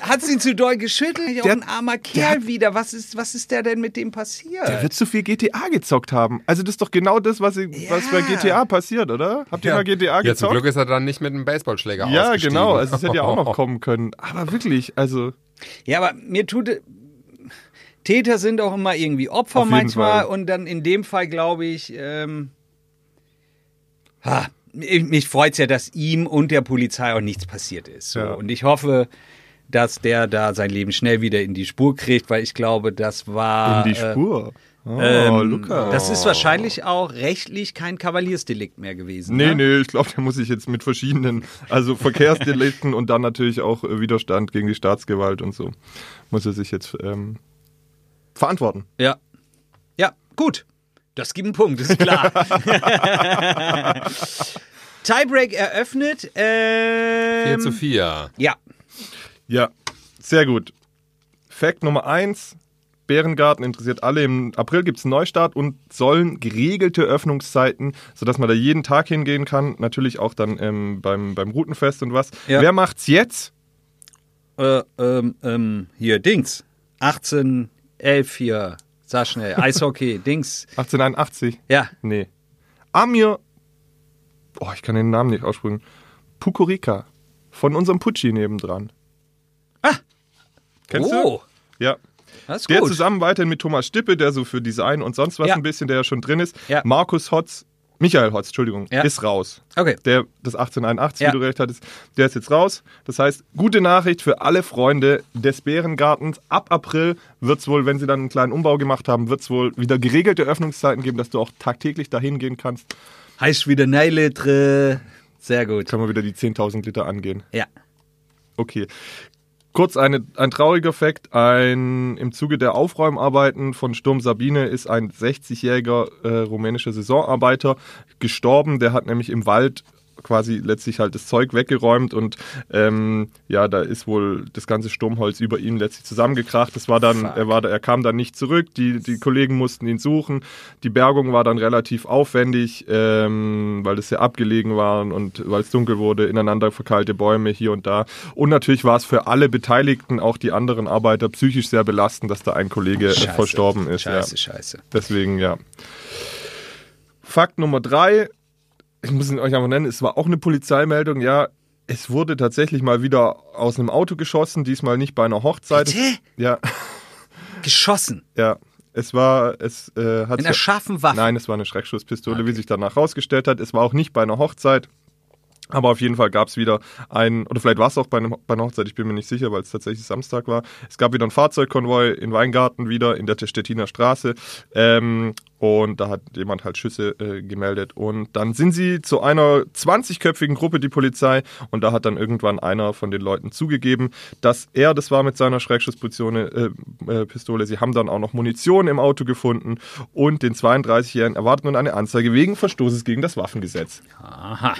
[SPEAKER 2] hat sie zu doll geschüttelt, auch ein armer Kerl wieder. Was ist, was ist der denn mit dem passiert?
[SPEAKER 3] Er wird zu viel GTA gezockt haben. Also das ist doch genau das, was, was bei GTA passiert, oder? Habt ihr mal GTA gezockt?
[SPEAKER 1] Ja, zum Glück ist er dann nicht mit einem Baseballschläger
[SPEAKER 3] Ja,
[SPEAKER 1] ausgestiegen.
[SPEAKER 3] genau. Also es hätte ja auch noch kommen können. Aber wirklich, also
[SPEAKER 2] Ja, aber mir tut. Täter sind auch immer irgendwie Opfer
[SPEAKER 3] Auf jeden
[SPEAKER 2] manchmal
[SPEAKER 3] Fall.
[SPEAKER 2] und dann in dem Fall glaube ich. Ähm, ha, mich mich freut's ja, dass ihm und der Polizei auch nichts passiert ist. So.
[SPEAKER 3] Ja.
[SPEAKER 2] Und ich hoffe, dass der da sein Leben schnell wieder in die Spur kriegt, weil ich glaube, das war.
[SPEAKER 1] Ah,
[SPEAKER 3] in die
[SPEAKER 2] äh,
[SPEAKER 3] Spur. Oh,
[SPEAKER 2] ähm,
[SPEAKER 3] Luca.
[SPEAKER 2] Das ist wahrscheinlich auch rechtlich kein Kavaliersdelikt mehr gewesen.
[SPEAKER 3] Nee,
[SPEAKER 2] ne?
[SPEAKER 3] nee, ich glaube, da muss ich jetzt mit verschiedenen, also Verkehrsdelikten und dann natürlich auch äh, Widerstand gegen die Staatsgewalt und so, muss er sich jetzt ähm, verantworten.
[SPEAKER 2] Ja. Ja, gut. Das gibt einen Punkt, ist klar. Tiebreak eröffnet.
[SPEAKER 1] 4
[SPEAKER 2] Ähm,
[SPEAKER 1] zu 4.
[SPEAKER 2] Ja.
[SPEAKER 3] Ja, sehr gut. Fact Nummer eins: Bärengarten interessiert alle. Im April gibt es einen Neustart und sollen geregelte Öffnungszeiten, sodass man da jeden Tag hingehen kann. Natürlich auch dann ähm, beim, beim Routenfest und was.
[SPEAKER 2] Ja.
[SPEAKER 3] Wer macht's jetzt?
[SPEAKER 2] Äh, ähm, ähm, hier, Dings. 18, 11 hier. Sag schnell. Eishockey, Dings.
[SPEAKER 3] 1881?
[SPEAKER 2] Ja.
[SPEAKER 3] Nee. Amir. Oh, ich kann den Namen nicht aussprechen. Pukurica. Von unserem Pucci nebendran. Ah! Kennst
[SPEAKER 2] oh,
[SPEAKER 3] du? Ja.
[SPEAKER 2] das ist
[SPEAKER 3] Der
[SPEAKER 2] gut.
[SPEAKER 3] zusammen weiterhin mit Thomas Stippe, der so für Design und sonst was
[SPEAKER 2] Ja.
[SPEAKER 3] ein bisschen, der ja schon drin ist.
[SPEAKER 2] Ja.
[SPEAKER 3] Markus Hotz, Michael Hotz, Entschuldigung,
[SPEAKER 2] Ja.
[SPEAKER 3] ist raus.
[SPEAKER 2] Okay.
[SPEAKER 3] Der, das 1881,
[SPEAKER 2] Ja.
[SPEAKER 3] wie du recht hattest, der ist jetzt raus. Das heißt, gute Nachricht für alle Freunde des Bärengartens. Ab April wird es wohl, wenn sie dann einen kleinen Umbau gemacht haben, wird es wohl wieder geregelte Öffnungszeiten geben, dass du auch tagtäglich dahin gehen kannst.
[SPEAKER 2] Heißt wieder Neiletre. Sehr gut.
[SPEAKER 3] Können wir wieder die 10.000 Liter angehen.
[SPEAKER 2] Ja.
[SPEAKER 3] Okay. Kurz eine, ein trauriger Fakt. Ein, Im Zuge der Aufräumarbeiten von Sturm Sabine ist ein 60-jähriger äh, rumänischer Saisonarbeiter gestorben. Der hat nämlich im Wald quasi letztlich halt das Zeug weggeräumt und ähm, ja, da ist wohl das ganze Sturmholz über ihm letztlich zusammengekracht. Das war dann, er, war, da- er kam dann nicht zurück, die, die Kollegen mussten ihn suchen. Die Bergung war dann relativ aufwendig, ähm, weil es sehr abgelegen waren und weil es dunkel wurde, ineinander verkeilte Bäume hier und da. Und natürlich war es für alle Beteiligten, auch die anderen Arbeiter, psychisch sehr belastend, dass da ein Kollege äh,
[SPEAKER 2] Scheiße.
[SPEAKER 3] verstorben ist.
[SPEAKER 2] Scheiße,
[SPEAKER 3] Ja.
[SPEAKER 2] scheiße.
[SPEAKER 3] Deswegen, ja. Fakt Nummer drei, ich muss ihn euch einfach nennen, es war auch eine Polizeimeldung, ja. Es wurde tatsächlich mal wieder aus einem Auto geschossen, diesmal nicht bei einer Hochzeit.
[SPEAKER 2] Bitte?
[SPEAKER 3] Ja,
[SPEAKER 2] Geschossen.
[SPEAKER 3] ja. Es war, es äh, hat
[SPEAKER 2] Mit einer scharfen Waffe.
[SPEAKER 3] Nein, es war eine Schreckschusspistole, wie sich danach rausgestellt hat. Es war auch nicht bei einer Hochzeit. Aber auf jeden Fall gab es wieder ein, oder vielleicht war es auch bei, einem, bei einer Hochzeit, ich bin mir nicht sicher, weil es tatsächlich Samstag war. Es gab wieder einen Fahrzeugkonvoi in Weingarten wieder, in der Stettiner Straße. Ähm, und da hat jemand halt Schüsse äh, gemeldet. Und dann sind sie zu einer 20-köpfigen Gruppe, die Polizei. Und da hat dann irgendwann einer von den Leuten zugegeben, dass er das war mit seiner Schreckschusspistole. Äh, äh, Pistole. sie haben dann auch noch Munition im Auto gefunden. Und den 32-Jährigen erwartet nun eine Anzeige wegen Verstoßes gegen das Waffengesetz.
[SPEAKER 2] Aha.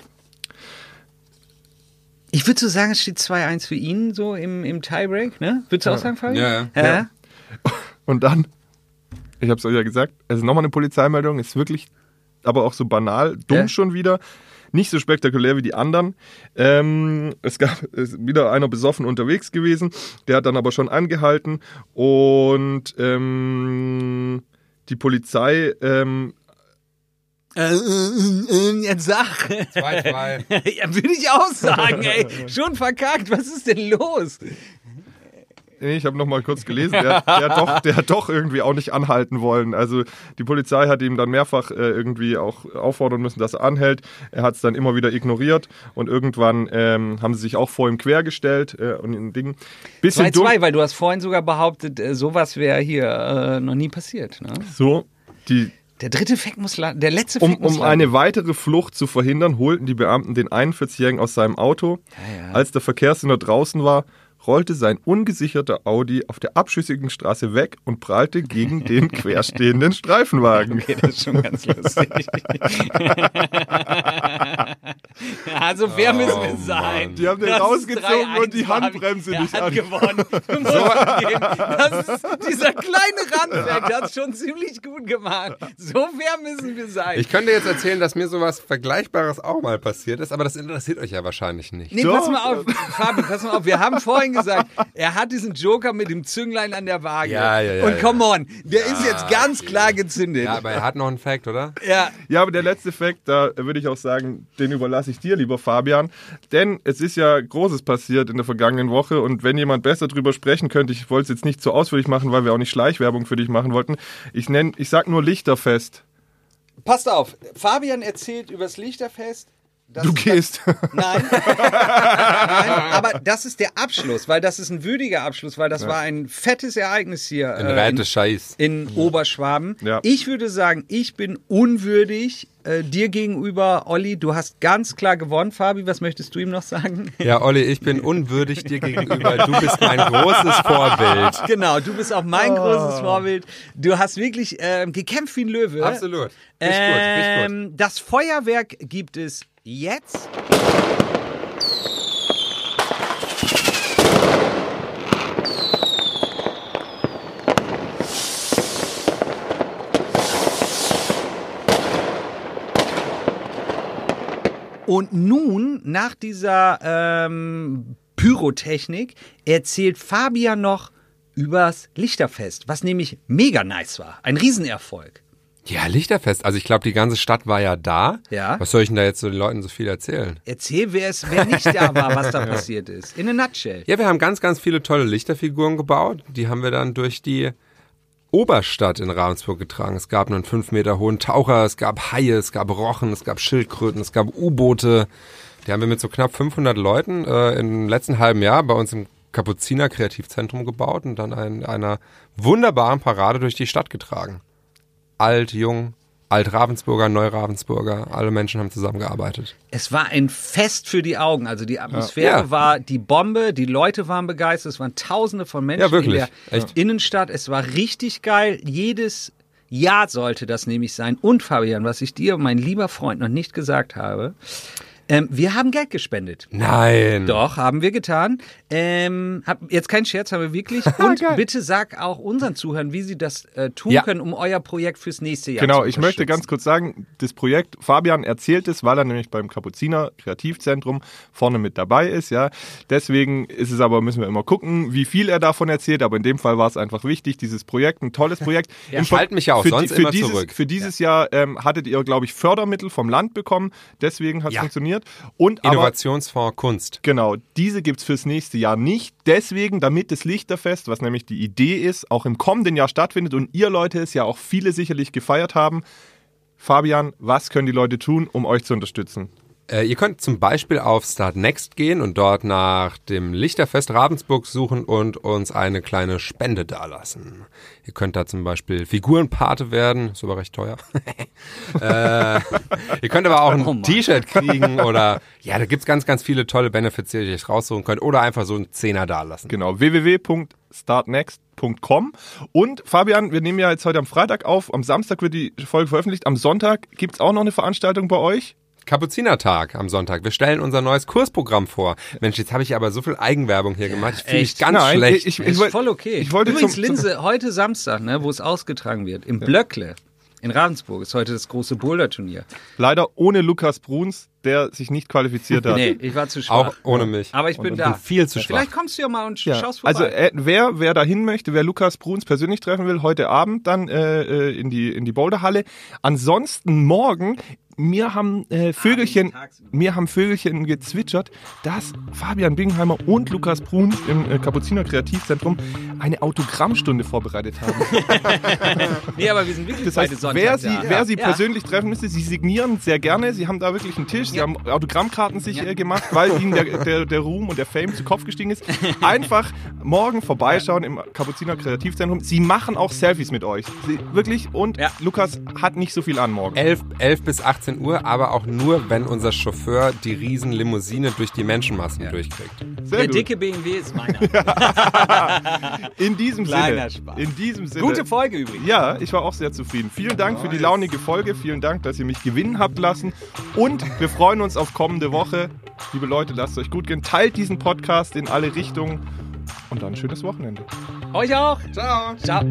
[SPEAKER 2] Ich würde so sagen, es steht 2-1 für ihn so im, im Tiebreak, ne? Würdest du auch sagen, Fabi?
[SPEAKER 1] Ja, ja.
[SPEAKER 2] Hä?
[SPEAKER 3] Und dann, ich habe es euch ja gesagt, es ist nochmal eine Polizeimeldung, ist wirklich aber auch so banal, dumm
[SPEAKER 2] Ja.
[SPEAKER 3] schon wieder. Nicht so spektakulär wie die anderen. Ähm, es gab es ist wieder einer besoffen unterwegs gewesen, der hat dann aber schon angehalten und ähm, die Polizei ähm,
[SPEAKER 2] Äh, äh, äh, jetzt sag.
[SPEAKER 1] Zwei, zwei.
[SPEAKER 2] ja, würde ich auch sagen, ey. Schon verkackt, was ist denn los?
[SPEAKER 3] Nee, ich habe noch mal kurz gelesen, der, der, hat doch, der hat doch irgendwie auch nicht anhalten wollen. Also die Polizei hat ihm dann mehrfach äh, irgendwie auch auffordern müssen, dass er anhält. Er hat es dann immer wieder ignoriert und irgendwann ähm, haben sie sich auch vor ihm quergestellt äh, und ein Ding. Bisschen
[SPEAKER 2] 2-2,
[SPEAKER 3] dumm.
[SPEAKER 2] weil du hast vorhin sogar behauptet, äh, sowas wäre hier äh, noch nie passiert. Ne?
[SPEAKER 3] So, die,
[SPEAKER 2] Der dritte Fact muss landen, der letzte
[SPEAKER 3] um,
[SPEAKER 2] Fact muss
[SPEAKER 3] um
[SPEAKER 2] landen.
[SPEAKER 3] eine weitere Flucht zu verhindern, holten die Beamten den 41-Jährigen aus seinem Auto.
[SPEAKER 2] ja.
[SPEAKER 3] Als der Verkehrssender draußen war, rollte sein ungesicherter Audi auf der abschüssigen Straße weg und prallte gegen den querstehenden Streifenwagen.
[SPEAKER 2] Okay, das ist schon ganz lustig. also, wer
[SPEAKER 3] Oh,
[SPEAKER 2] müssen wir sein?
[SPEAKER 3] Die haben den
[SPEAKER 2] Das ist
[SPEAKER 3] rausgezogen und die
[SPEAKER 2] 3-1 war-
[SPEAKER 3] Handbremse
[SPEAKER 2] Er
[SPEAKER 3] nicht
[SPEAKER 2] hat
[SPEAKER 3] an.
[SPEAKER 2] gewonnen. Du musst zugeben, Das ist, dieser kleine Randwerk hat es schon ziemlich gut gemacht. So fair müssen wir sein.
[SPEAKER 1] Ich könnte jetzt erzählen, dass mir sowas Vergleichbares auch mal passiert ist, aber das interessiert euch ja wahrscheinlich nicht.
[SPEAKER 2] Nee,
[SPEAKER 3] Doch.
[SPEAKER 2] pass mal auf, Fabi, pass mal auf. Wir haben vorhin gesagt, er hat diesen Joker mit dem Zünglein an der Waage.
[SPEAKER 1] Ja, ja, ja,
[SPEAKER 2] Und
[SPEAKER 1] ja.
[SPEAKER 2] come on, der ist jetzt ganz klar gezündet.
[SPEAKER 1] Ja, aber er hat noch einen Fact, oder?
[SPEAKER 2] ja.
[SPEAKER 3] Ja, aber der letzte Fakt, da würde ich auch sagen, den überlasse ich dir, lieber Fabian. Denn es ist ja Großes passiert in der vergangenen Woche und wenn jemand besser drüber sprechen könnte, ich wollte es jetzt nicht zu ausführlich machen, weil wir auch nicht Schleichwerbung für dich machen wollten. Ich nenne, ich sag nur Lichterfest.
[SPEAKER 2] Passt auf, Fabian erzählt übers Lichterfest. dass-
[SPEAKER 3] Du gehst.
[SPEAKER 2] Nein. Nein, aber das ist der Abschluss, weil das ist ein würdiger Abschluss, weil das war ein fettes Ereignis hier
[SPEAKER 1] Ein
[SPEAKER 2] äh, in,
[SPEAKER 1] reines Scheiß.
[SPEAKER 2] in Oberschwaben.
[SPEAKER 3] Ja.
[SPEAKER 2] Ich würde sagen, ich bin unwürdig äh, dir gegenüber, Olli. Du hast ganz klar gewonnen, Fabi. Was möchtest du ihm noch sagen?
[SPEAKER 1] Ja, Olli, ich bin unwürdig dir gegenüber. Du bist mein großes Vorbild.
[SPEAKER 2] Genau, du bist auch mein großes Vorbild. Du hast wirklich ähm, gekämpft wie ein Löwe.
[SPEAKER 1] Absolut. Richtig gut, richtig gut.
[SPEAKER 2] Ähm, Das Feuerwerk gibt es jetzt. Und nun, nach dieser ähm, Pyrotechnik, erzählt Fabian noch übers Lichterfest, was nämlich mega nice war. Ein Riesenerfolg.
[SPEAKER 1] Ja, Lichterfest. Also ich glaube, die ganze Stadt war ja da.
[SPEAKER 2] Ja.
[SPEAKER 1] Was soll ich denn da jetzt so den Leuten so viel erzählen?
[SPEAKER 2] Erzähl, wer, es, wer nicht da war, was da passiert ist. In a nutshell.
[SPEAKER 1] Ja, wir haben ganz, ganz viele tolle Lichterfiguren gebaut. Die haben wir dann durch die Oberstadt in Ravensburg getragen. Es gab einen fünf Meter hohen Taucher, es gab Haie, es gab Rochen, es gab Schildkröten, es gab U-Boote. Die haben wir mit so knapp 500 Leuten äh, im letzten halben Jahr bei uns im Kapuziner Kreativzentrum gebaut und dann in einer wunderbaren Parade durch die Stadt getragen. Alt, jung, Alt-Ravensburger, Neu-Ravensburger, alle Menschen haben zusammengearbeitet.
[SPEAKER 2] Es war ein Fest für die Augen. Also die Atmosphäre
[SPEAKER 1] Ja.
[SPEAKER 2] war die Bombe, die Leute waren begeistert, es waren tausende von Menschen
[SPEAKER 1] Ja, wirklich.
[SPEAKER 2] in der
[SPEAKER 1] Echt.
[SPEAKER 2] Innenstadt. Es war richtig geil. Jedes Jahr sollte das nämlich sein. Und Fabian, was ich dir, mein lieber Freund, noch nicht gesagt habe, ähm, wir haben Geld gespendet.
[SPEAKER 1] Nein!
[SPEAKER 2] Doch, haben wir getan. Ähm, hab, jetzt kein Scherz, haben wir wirklich.
[SPEAKER 3] Ah,
[SPEAKER 2] Und bitte sag auch unseren Zuhörern, wie sie das äh, tun
[SPEAKER 1] Ja.
[SPEAKER 2] können, um euer Projekt fürs nächste Jahr
[SPEAKER 3] Genau,
[SPEAKER 2] zu
[SPEAKER 3] ich möchte ganz kurz sagen, das Projekt, Fabian erzählt es, weil er nämlich beim Kapuziner Kreativzentrum vorne mit dabei ist, ja. Deswegen ist es aber, müssen wir immer gucken, wie viel er davon erzählt, aber in dem Fall war es einfach wichtig, dieses Projekt, ein tolles Projekt.
[SPEAKER 1] Ja,
[SPEAKER 3] Im Ver-
[SPEAKER 1] schalt mich ja auch
[SPEAKER 3] für
[SPEAKER 1] sonst
[SPEAKER 3] für
[SPEAKER 1] immer
[SPEAKER 3] dieses,
[SPEAKER 1] zurück.
[SPEAKER 3] Für dieses Jahr ähm, hattet ihr, glaube ich, Fördermittel vom Land bekommen, deswegen hat es
[SPEAKER 1] Ja.
[SPEAKER 3] funktioniert. Und aber
[SPEAKER 1] Innovationsfonds Kunst.
[SPEAKER 3] Genau, diese gibt es fürs nächste Jahr nicht. Deswegen, damit das Lichterfest, was nämlich die Idee ist, auch im kommenden Jahr stattfindet und ihr Leute es ja auch viele sicherlich gefeiert haben. Fabian, was können die Leute tun, um euch zu unterstützen?
[SPEAKER 1] Äh, ihr könnt zum Beispiel auf Start Next gehen und dort nach dem Lichterfest Ravensburg suchen und uns eine kleine Spende dalassen. Ihr könnt da zum Beispiel Figurenpate werden, ist aber recht teuer. äh, ihr könnt aber auch
[SPEAKER 3] Oh
[SPEAKER 1] ein T-Shirt kriegen oder ja, da gibt's ganz, ganz viele tolle Benefits, die ihr euch raussuchen könnt oder einfach so einen Zehner dalassen.
[SPEAKER 3] Genau, www.startnext.com. Und Fabian, wir nehmen ja jetzt heute am Freitag auf, am Samstag wird die Folge veröffentlicht, am Sonntag gibt es auch noch eine Veranstaltung bei euch.
[SPEAKER 1] Kapuzinertag am Sonntag. Wir stellen unser neues Kursprogramm vor. Mensch, jetzt habe ich aber so viel Eigenwerbung hier gemacht. Ich fühle mich
[SPEAKER 2] echt?
[SPEAKER 1] ganz
[SPEAKER 3] Nein,
[SPEAKER 1] schlecht.
[SPEAKER 3] ich-
[SPEAKER 2] ist
[SPEAKER 3] wollt-
[SPEAKER 2] voll okay.
[SPEAKER 3] ich wollte
[SPEAKER 2] Übrigens,
[SPEAKER 3] zum-
[SPEAKER 2] Linse, heute Samstag, ne, wo es ausgetragen wird, im Blöckle in Ravensburg, ist heute das große Boulder-Turnier.
[SPEAKER 3] Leider ohne Lukas Bruns, der sich nicht qualifiziert hat.
[SPEAKER 2] Nee, ich war zu schwach.
[SPEAKER 1] Auch ohne mich.
[SPEAKER 2] Aber ich bin
[SPEAKER 1] Und
[SPEAKER 2] da.
[SPEAKER 1] Viel zu schwach.
[SPEAKER 2] Vielleicht kommst du ja mal und sch-
[SPEAKER 3] Ja,
[SPEAKER 2] schaust vorbei.
[SPEAKER 3] also äh, wer, wer da hin möchte, wer Lukas Bruns persönlich treffen will, heute Abend dann äh, äh, in die, in die Boulderhalle. Ansonsten morgen, mir haben, äh, Vögelchen, mir haben Vögelchen gezwitschert, dass Fabian Bingheimer und Lukas Bruns im äh, Kapuziner Kreativzentrum eine Autogrammstunde vorbereitet haben.
[SPEAKER 2] nee, aber wir sind wirklich
[SPEAKER 3] Das heißt,
[SPEAKER 2] beide Sonntag
[SPEAKER 3] wer sie,
[SPEAKER 2] da.
[SPEAKER 3] wer sie
[SPEAKER 2] Ja.
[SPEAKER 3] persönlich treffen müsste, sie signieren sehr gerne. Sie haben da wirklich einen Tisch. Sie haben Autogrammkarten sich äh, gemacht, weil ihnen der, der, der Ruhm und der Fame zu Kopf gestiegen ist. Einfach morgen vorbeischauen im Kapuziner Kreativzentrum. Sie machen auch Selfies mit euch. Sie, wirklich. Und
[SPEAKER 2] Ja. Äh,
[SPEAKER 3] Lukas hat nicht so viel an morgen.
[SPEAKER 1] 11, 11 bis 18 Uhr, aber auch nur, wenn unser Chauffeur die Riesenlimousine durch die Menschenmassen durchkriegt.
[SPEAKER 3] Sehr
[SPEAKER 2] Der
[SPEAKER 3] gut.
[SPEAKER 2] dicke BMW ist meiner.
[SPEAKER 3] In diesem
[SPEAKER 2] Kleiner
[SPEAKER 3] Sinne.
[SPEAKER 2] Spaß.
[SPEAKER 3] In diesem Sinne.
[SPEAKER 2] Gute Folge übrigens.
[SPEAKER 3] Ja, ich war auch sehr zufrieden. Vielen Dank für die launige Folge. Vielen Dank, dass ihr mich gewinnen habt lassen. Und wir freuen uns auf kommende Woche. Liebe Leute, lasst es euch gut gehen. Teilt diesen Podcast in alle Richtungen. Und dann ein schönes Wochenende.
[SPEAKER 2] Euch auch. Ciao. Ciao.